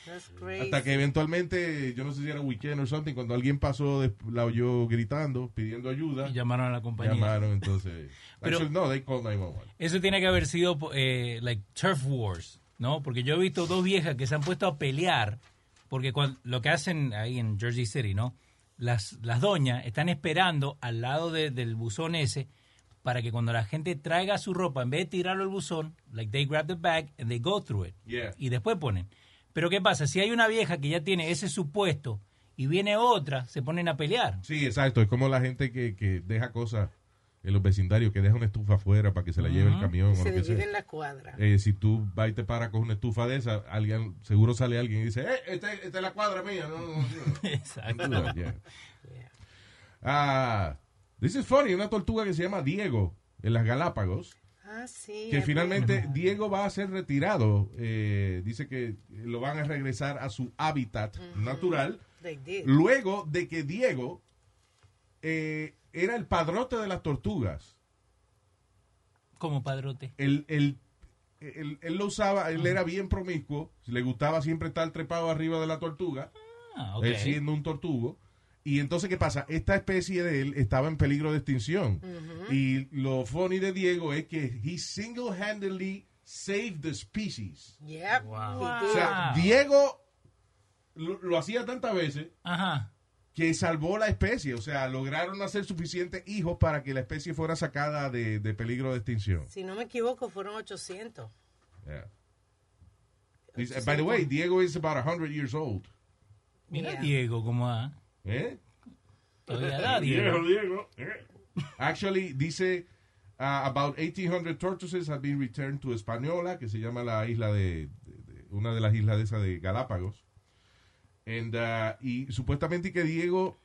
[SPEAKER 4] That's crazy.
[SPEAKER 3] hasta que eventualmente, yo no sé si era weekend o something, cuando alguien pasó, des- la oyó gritando, pidiendo ayuda.
[SPEAKER 5] Y llamaron a la compañía.
[SPEAKER 3] Llamaron, entonces.
[SPEAKER 5] <laughs> Pero-
[SPEAKER 3] Actually, no, they called 911.
[SPEAKER 5] Eso tiene que haber sido eh, like turf wars, ¿no? Porque yo he visto dos viejas que se han puesto a pelear porque cuan- lo que hacen ahí en Jersey City, ¿no? Las, las doñas están esperando al lado de- del buzón ese para que cuando la gente traiga su ropa, en vez de tirarlo al buzón, like they grab the bag and they go through it.
[SPEAKER 3] Yeah.
[SPEAKER 5] Y después ponen. Pero ¿qué pasa? Si hay una vieja que ya tiene ese supuesto y viene otra, se ponen a pelear. <laughs>
[SPEAKER 3] Sí, exacto. Es como la gente que, que deja cosas en los vecindarios, que deja una estufa afuera para que se la lleve el
[SPEAKER 5] Ujú.
[SPEAKER 3] camión o
[SPEAKER 4] se
[SPEAKER 3] lo que
[SPEAKER 4] dividen
[SPEAKER 3] sea.
[SPEAKER 4] las cuadras.
[SPEAKER 3] Eh, si tú vas y te paras con una estufa de esa, alguien, seguro sale alguien y dice, ¡eh! Esta, esta es la cuadra mía. No, no, no.
[SPEAKER 5] <laughs> Exacto.
[SPEAKER 3] Do that, yeah. Ah, this is funny. Una tortuga que se llama Diego en las Galápagos.
[SPEAKER 4] Ah, sí.
[SPEAKER 3] Que
[SPEAKER 4] es
[SPEAKER 3] finalmente
[SPEAKER 4] verdad.
[SPEAKER 3] Diego va a ser retirado. Eh, dice que lo van a regresar a su hábitat natural.
[SPEAKER 4] They did.
[SPEAKER 3] Luego de que Diego eh, era el padrote de las tortugas.
[SPEAKER 5] Como padrote.
[SPEAKER 3] Él, él, él- él lo usaba, él era bien promiscuo, le gustaba siempre estar trepado arriba de la tortuga,
[SPEAKER 5] Ah, ok.
[SPEAKER 3] él siendo un tortugo. Y entonces, ¿qué pasa? Esta especie de él estaba en peligro de extinción. Y lo funny de Diego es que he single-handedly saved the species.
[SPEAKER 4] Yep. he
[SPEAKER 3] O
[SPEAKER 4] did.
[SPEAKER 3] sea, Diego lo, lo hacía tantas veces que salvó la especie. O sea, lograron hacer suficientes hijos para que la especie fuera sacada de, de peligro de extinción.
[SPEAKER 4] Si no me equivoco, fueron 800.
[SPEAKER 3] Yeah. He's- by the way, Diego is about 100 years old.
[SPEAKER 5] Mira
[SPEAKER 3] Yeah.
[SPEAKER 5] Diego como a...
[SPEAKER 3] ¿Eh? <laughs>
[SPEAKER 5] Todavía da Diego.
[SPEAKER 3] Actually, dice uh, about 1800 tortoises have been returned to Española, que se llama la isla de, de- de- una de las islas de esa de Galápagos. And, uh, y supuestamente que Diego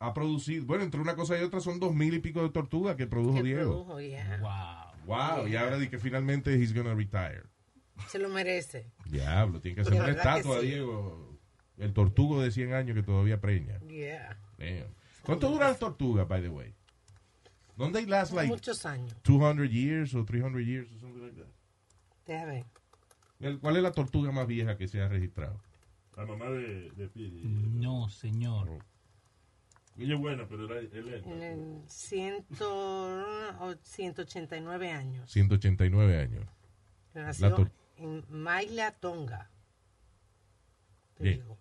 [SPEAKER 3] ha producido, bueno, entre una cosa y otra son dos mil y pico de tortugas que produjo Diego.
[SPEAKER 4] Ojo, yeah.
[SPEAKER 3] Wow, y ahora di que finalmente he's gonna retire.
[SPEAKER 4] Se lo merece.
[SPEAKER 3] Diablo, tiene que ser
[SPEAKER 4] De
[SPEAKER 3] una
[SPEAKER 4] Pues verdad que
[SPEAKER 3] estatua,
[SPEAKER 4] sí.
[SPEAKER 3] Diego. El tortugo de 100 años que todavía preña.
[SPEAKER 4] Yeah.
[SPEAKER 3] Damn. ¿Cuánto dura la tortuga, by the way? Don't they last like
[SPEAKER 4] Muchos años.
[SPEAKER 3] 200 years o 300 years or something like that?
[SPEAKER 4] Déjame ver.
[SPEAKER 3] El- ¿Cuál es la tortuga más vieja que se ha registrado?
[SPEAKER 8] La mamá de, de Piri.
[SPEAKER 5] No, señor.
[SPEAKER 8] Ella es buena, pero era él es.
[SPEAKER 4] En el ciento- o 189 años.
[SPEAKER 3] 189 años. La
[SPEAKER 4] Nació
[SPEAKER 3] tor-
[SPEAKER 4] en Maila Tonga.
[SPEAKER 3] Bien.
[SPEAKER 4] Ujú.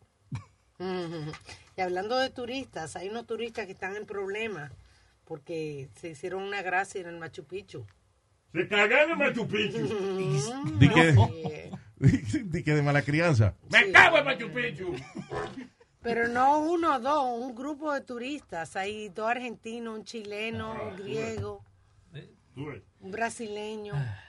[SPEAKER 4] <laughs> Y hablando de turistas, hay unos turistas que están en problemas porque se hicieron una gracia en el Machu Picchu. Mm,
[SPEAKER 8] Se cagaron en Machu Picchu.
[SPEAKER 3] <laughs> Di que, di que de mala crianza.
[SPEAKER 8] ¡Me cago en Machu Picchu!
[SPEAKER 4] Pero no uno o dos, un grupo de turistas. Hay dos argentinos, un chileno,
[SPEAKER 3] Ah,
[SPEAKER 4] un griego,
[SPEAKER 8] Tú ves.
[SPEAKER 4] un brasileño.
[SPEAKER 3] Ah.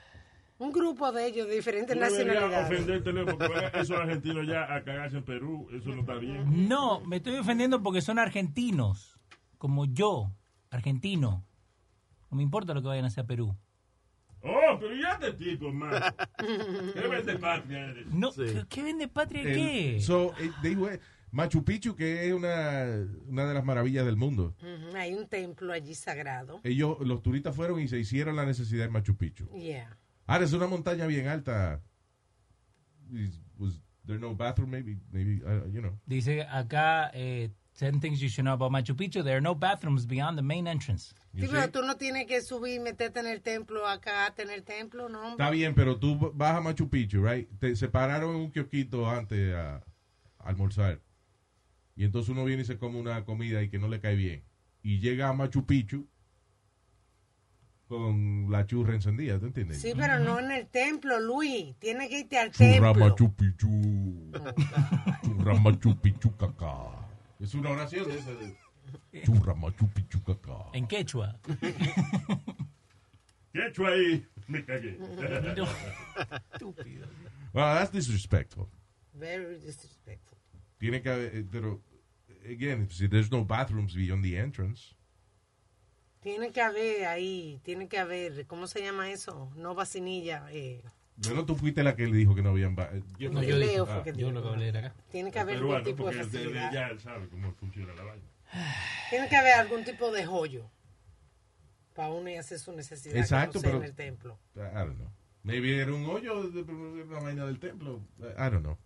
[SPEAKER 4] Un grupo de ellos de diferentes
[SPEAKER 8] Tú deberías
[SPEAKER 4] nacionalidades.
[SPEAKER 8] ofenderte, Leo, porque van esos argentinos ya a cagarse en Perú. Eso no está bien.
[SPEAKER 5] No, me estoy ofendiendo porque son argentinos. Como yo, argentino. No me importa lo que vayan a hacer a Perú.
[SPEAKER 8] Oh, pero ya te tipo, man. ¿Qué ves de patria eres?
[SPEAKER 5] No, ¿qué vende patria
[SPEAKER 3] El-
[SPEAKER 5] qué?
[SPEAKER 3] so, eh, they were- Machu Picchu, que es una, una de las maravillas del mundo.
[SPEAKER 4] Ujú, Hay un templo allí sagrado.
[SPEAKER 3] Ellos, los turistas fueron y se hicieron la necesidad de Machu Picchu.
[SPEAKER 4] Yeah.
[SPEAKER 3] Ahora es una montaña bien alta. Is- was there no bathroom? Maybe, maybe, uh, you know.
[SPEAKER 5] Dice acá, eh, 10 things you should know about Machu Picchu. There are no bathrooms beyond the main entrance.
[SPEAKER 4] Sí, pero tú no tienes que subir y meterte en el templo acá, en el templo, ¿no?
[SPEAKER 3] Está bien, pero tú vas a Machu Picchu, right? Te separaron en un kiosquito antes a, a almorzar. Y entonces uno viene y se come una comida y que no le cae bien. Y llega a Machu Picchu con la churra encendida, ¿te entiendes?
[SPEAKER 4] Sí, pero no en el templo, Luis. Tienes que irte al
[SPEAKER 3] Churra
[SPEAKER 4] templo.
[SPEAKER 3] Machu Picchu. Churra Machu Picchu caca. Es una oración esa de churra Machu Picchu caca.
[SPEAKER 5] En quechua.
[SPEAKER 8] ¿Qué he hecho ahí? Me cagué.
[SPEAKER 4] Estúpido.
[SPEAKER 3] Well, that's disrespectful.
[SPEAKER 4] Very disrespectful.
[SPEAKER 3] Tiene que haber, eh, pero, again, si there's no bathrooms beyond the entrance.
[SPEAKER 4] Tiene que haber ahí, tiene que haber, ¿cómo se llama eso? No vacinilla. eh,
[SPEAKER 3] Bueno, tú fuiste la que le dijo que no habían ba-
[SPEAKER 4] Yo no, yo dije. Leo fue
[SPEAKER 3] Ah.
[SPEAKER 4] que dijo. Yo lo que hablé era acá. tiene que haber
[SPEAKER 8] Peruano,
[SPEAKER 4] algún tipo de
[SPEAKER 8] porque desde
[SPEAKER 4] facilidad.
[SPEAKER 8] ya él sabe cómo funciona la vaina.
[SPEAKER 4] Tiene que haber algún tipo de joyo para uno y hacer su necesidad que
[SPEAKER 3] Exacto,
[SPEAKER 4] no sea
[SPEAKER 3] pero.
[SPEAKER 4] en el templo.
[SPEAKER 3] I don't know. Maybe era un hoyo de de una vaina del templo. I don't know.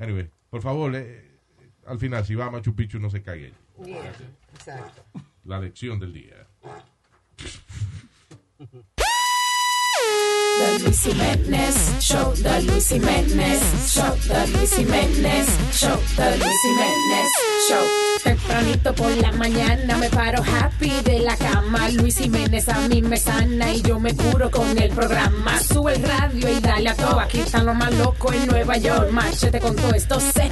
[SPEAKER 3] Anyway, por favor, eh, eh, al final, si va a Machu Picchu, no se cague.
[SPEAKER 4] Yeah, exacto.
[SPEAKER 3] La lección del día.
[SPEAKER 11] The Luis Jiménez Show, The Luis Jiménez Show, The Luis Jiménez Show, The Luis Jiménez Show. Tempranito por la mañana me paro happy de la cama. Luis Jiménez a mí me sana y yo me curo con el programa. Sube el radio y dale a todo. Aquí están los más locos en Nueva York. Márchate con todo esto. Se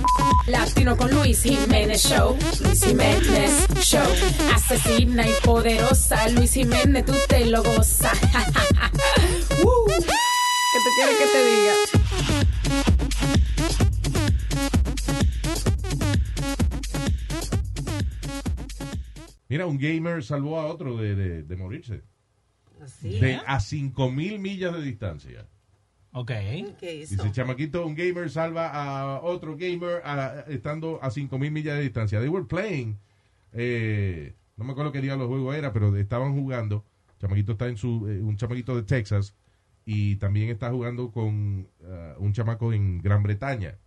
[SPEAKER 11] latino con Luis Jiménez Show. Luis Jiménez Show. Asesina y poderosa. Luis Jiménez, tú te lo gozas. <laughs> Uh, ¿Qué te quiere que te diga?
[SPEAKER 3] Mira, un gamer salvó a otro de, de- de morirse.
[SPEAKER 4] Así.
[SPEAKER 3] De, a 5.000 millas de distancia.
[SPEAKER 5] Ok.
[SPEAKER 4] ¿Qué hizo?
[SPEAKER 3] Dice, chamaquito, un gamer salva a otro gamer a- estando a 5.000 millas de distancia. They were playing eh, no me acuerdo qué día los juegos era, pero estaban jugando. El chamaquito está en su, eh, un chamaquito de Texas y también está jugando con ah, un chamaco en Gran Bretaña.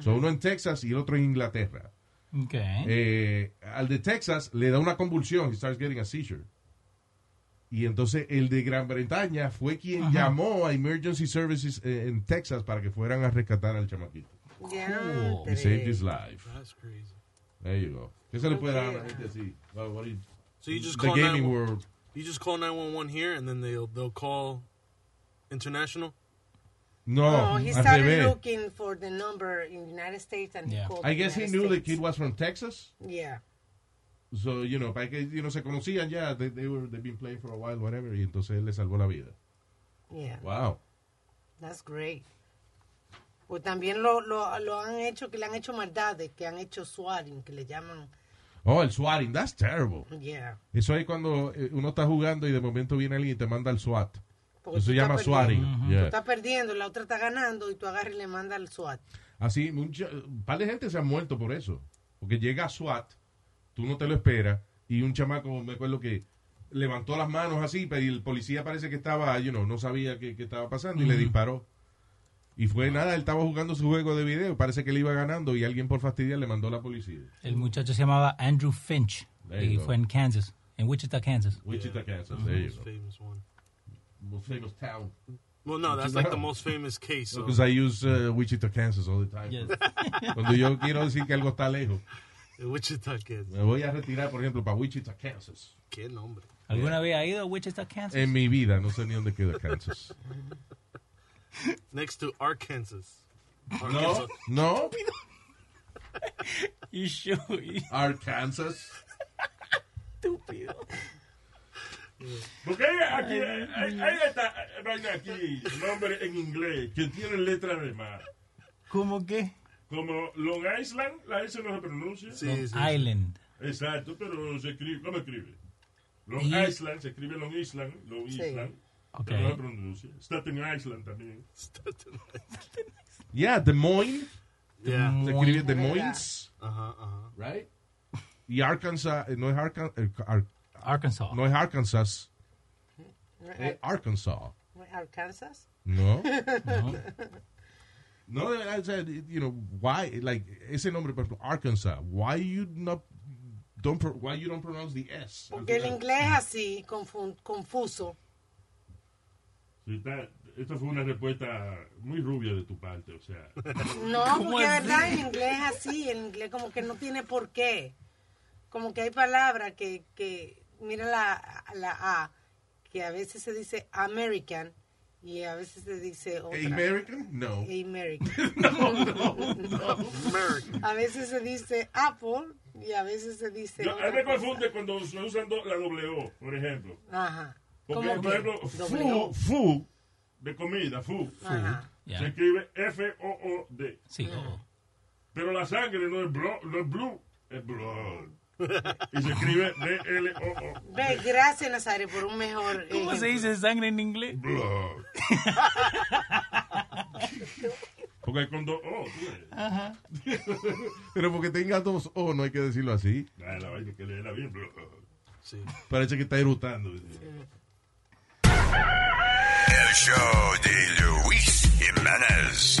[SPEAKER 3] Son uno en Texas y el otro en Inglaterra.
[SPEAKER 5] Ok.
[SPEAKER 3] Eh, al de Texas le da una convulsión. He starts getting a seizure. Y entonces el de Gran Bretaña fue quien
[SPEAKER 5] Ajá.
[SPEAKER 3] llamó a Emergency Services eh, en Texas para que fueran a rescatar al chamaquito.
[SPEAKER 4] Diantre.
[SPEAKER 3] He saved his life.
[SPEAKER 7] That's crazy.
[SPEAKER 3] There you go. ¿Qué se le puede dar a la
[SPEAKER 7] Okay.
[SPEAKER 3] gente así? Well, what do you-
[SPEAKER 7] So you just
[SPEAKER 3] The
[SPEAKER 7] call
[SPEAKER 3] gaming
[SPEAKER 7] 911
[SPEAKER 3] world.
[SPEAKER 7] You just call 911 here and then they'll they'll call international.
[SPEAKER 3] No,
[SPEAKER 4] No, Oh, he
[SPEAKER 3] Oh, al
[SPEAKER 4] started
[SPEAKER 3] revés.
[SPEAKER 4] looking for the number in United States and he called
[SPEAKER 3] I guess he
[SPEAKER 4] United
[SPEAKER 3] knew the
[SPEAKER 4] States.
[SPEAKER 3] kid was from Texas.
[SPEAKER 4] Yeah.
[SPEAKER 3] So, you know, para que, you know, se conocían ya. They, they were, they've been playing for a while, whatever. Y entonces él le salvó la vida.
[SPEAKER 4] Yeah.
[SPEAKER 3] Wow.
[SPEAKER 4] That's great. Pues también lo, lo, lo han hecho, que le han hecho maldades, que han hecho swatting, que le llaman.
[SPEAKER 3] Oh, el swatting. That's terrible.
[SPEAKER 4] Yeah.
[SPEAKER 3] Eso es cuando eh, uno está jugando y de momento viene alguien y te manda el SWAT.
[SPEAKER 4] Porque
[SPEAKER 3] Eso
[SPEAKER 4] tú
[SPEAKER 3] se llama Mm-hmm.
[SPEAKER 4] estás perdiendo.
[SPEAKER 3] swatting.
[SPEAKER 4] Tú
[SPEAKER 3] Yeah.
[SPEAKER 4] estás perdiendo, la otra está ganando y tú agarras y le mandas al SWAT.
[SPEAKER 3] Así, mucha- un par de gente se han muerto por eso. Porque llega SWAT, tú no te lo esperas, y un chamaco, me acuerdo que levantó las manos así, pero el policía parece que estaba, you know, no sabía qué, qué estaba pasando, y le
[SPEAKER 5] Ujú.
[SPEAKER 3] disparó. Y fue nada, él estaba jugando su juego de video, parece que le iba ganando, y alguien por fastidiar le mandó a la policía.
[SPEAKER 5] El muchacho se llamaba Andrew Finch
[SPEAKER 3] There
[SPEAKER 5] y
[SPEAKER 3] you go.
[SPEAKER 5] fue en Kansas, en Wichita, Kansas.
[SPEAKER 3] Wichita, Kansas,
[SPEAKER 7] That's the
[SPEAKER 3] there you
[SPEAKER 7] most
[SPEAKER 3] go.
[SPEAKER 7] famous one.
[SPEAKER 3] Most famous town.
[SPEAKER 7] Well, no, that's like the most famous case. So.
[SPEAKER 3] Because I use uh, Wichita, Kansas all the time.
[SPEAKER 8] <laughs>
[SPEAKER 7] Yes.
[SPEAKER 3] Cuando yo quiero decir que algo está lejos,
[SPEAKER 7] Wichita Kids.
[SPEAKER 3] me voy a retirar, por ejemplo, para Wichita, Kansas.
[SPEAKER 7] Qué nombre.
[SPEAKER 5] ¿Alguna vez ha ido a Wichita, Kansas?
[SPEAKER 3] En mi vida, no sé ni dónde queda Kansas.
[SPEAKER 7] Next to Arkansas.
[SPEAKER 3] No, no.
[SPEAKER 5] You sure?
[SPEAKER 3] Arkansas.
[SPEAKER 5] Estúpido.
[SPEAKER 8] Porque hay, aquí, hay, hay esta vaina aquí, nombre en inglés, que tiene letra de mar.
[SPEAKER 5] ¿Cómo qué?
[SPEAKER 8] Como Long Island, la S no se pronuncia.
[SPEAKER 5] Long
[SPEAKER 7] <laughs>
[SPEAKER 5] Island.
[SPEAKER 8] Exacto, pero se escribe, ¿cómo escribe? Long
[SPEAKER 5] Y-
[SPEAKER 8] Island, se escribe Long Island, Long
[SPEAKER 5] Sí.
[SPEAKER 8] Island.
[SPEAKER 5] Ok.
[SPEAKER 8] Pero no se pronuncia. Staten Island también.
[SPEAKER 3] Yeah, Des Moines.
[SPEAKER 8] Yeah.
[SPEAKER 3] Se escribe
[SPEAKER 8] Moines.
[SPEAKER 3] Des Moines.
[SPEAKER 7] Ajá, ajá.
[SPEAKER 3] Right? Y Arkansas, eh, no es Arca- eh, Ar-
[SPEAKER 5] Arkansas.
[SPEAKER 3] No es Arkansas,
[SPEAKER 4] ¿No es
[SPEAKER 3] es Arkansas.
[SPEAKER 4] Ar- ¿Arkansas?
[SPEAKER 3] No. No, de verdad, o sea, you know, why, like, ese nombre, por ejemplo, Arkansas, why you not, don't, pro- why you don't pronounce the S? al
[SPEAKER 4] Porque el
[SPEAKER 3] final?
[SPEAKER 4] inglés así, confun- confuso.
[SPEAKER 8] Sí, está- esto fue una respuesta muy rubia de tu parte, o sea.
[SPEAKER 4] No, porque de verdad el inglés así, el inglés como que no tiene por qué. Como que hay palabras que, que mira la, la A, que a veces se dice American y a veces se dice otra.
[SPEAKER 3] <laughs> American? No.
[SPEAKER 4] American.
[SPEAKER 8] American.
[SPEAKER 4] A veces se dice Apple y a veces se dice
[SPEAKER 8] Yo, a
[SPEAKER 4] otra
[SPEAKER 8] mí me
[SPEAKER 4] cosa.
[SPEAKER 8] confunde cuando se usan do- la doble O, por ejemplo.
[SPEAKER 4] Ajá.
[SPEAKER 8] Porque,
[SPEAKER 4] Como
[SPEAKER 8] por
[SPEAKER 4] Ah, que
[SPEAKER 8] ejemplo,
[SPEAKER 4] doble O.
[SPEAKER 8] fu, fu, de comida, fu.
[SPEAKER 4] Ajá.
[SPEAKER 8] Se escribe F-O-O-D.
[SPEAKER 5] Sí.
[SPEAKER 8] Pero la sangre no es, blo, no es blue, es blood. Y se escribe D-L-O-O.
[SPEAKER 4] Ve, gracias Nazario por un mejor. eh,
[SPEAKER 5] ¿Cómo se
[SPEAKER 4] ejemplo.
[SPEAKER 5] dice sangre en inglés?
[SPEAKER 8] Blood. Porque con dos O, tú ves.
[SPEAKER 5] Ajá.
[SPEAKER 3] <laughs> Pero porque tenga dos O, no hay que decirlo así.
[SPEAKER 8] Ah, la vaina que le da bien, blood.
[SPEAKER 3] Parece que está erutando.
[SPEAKER 1] El show de Luis Jiménez.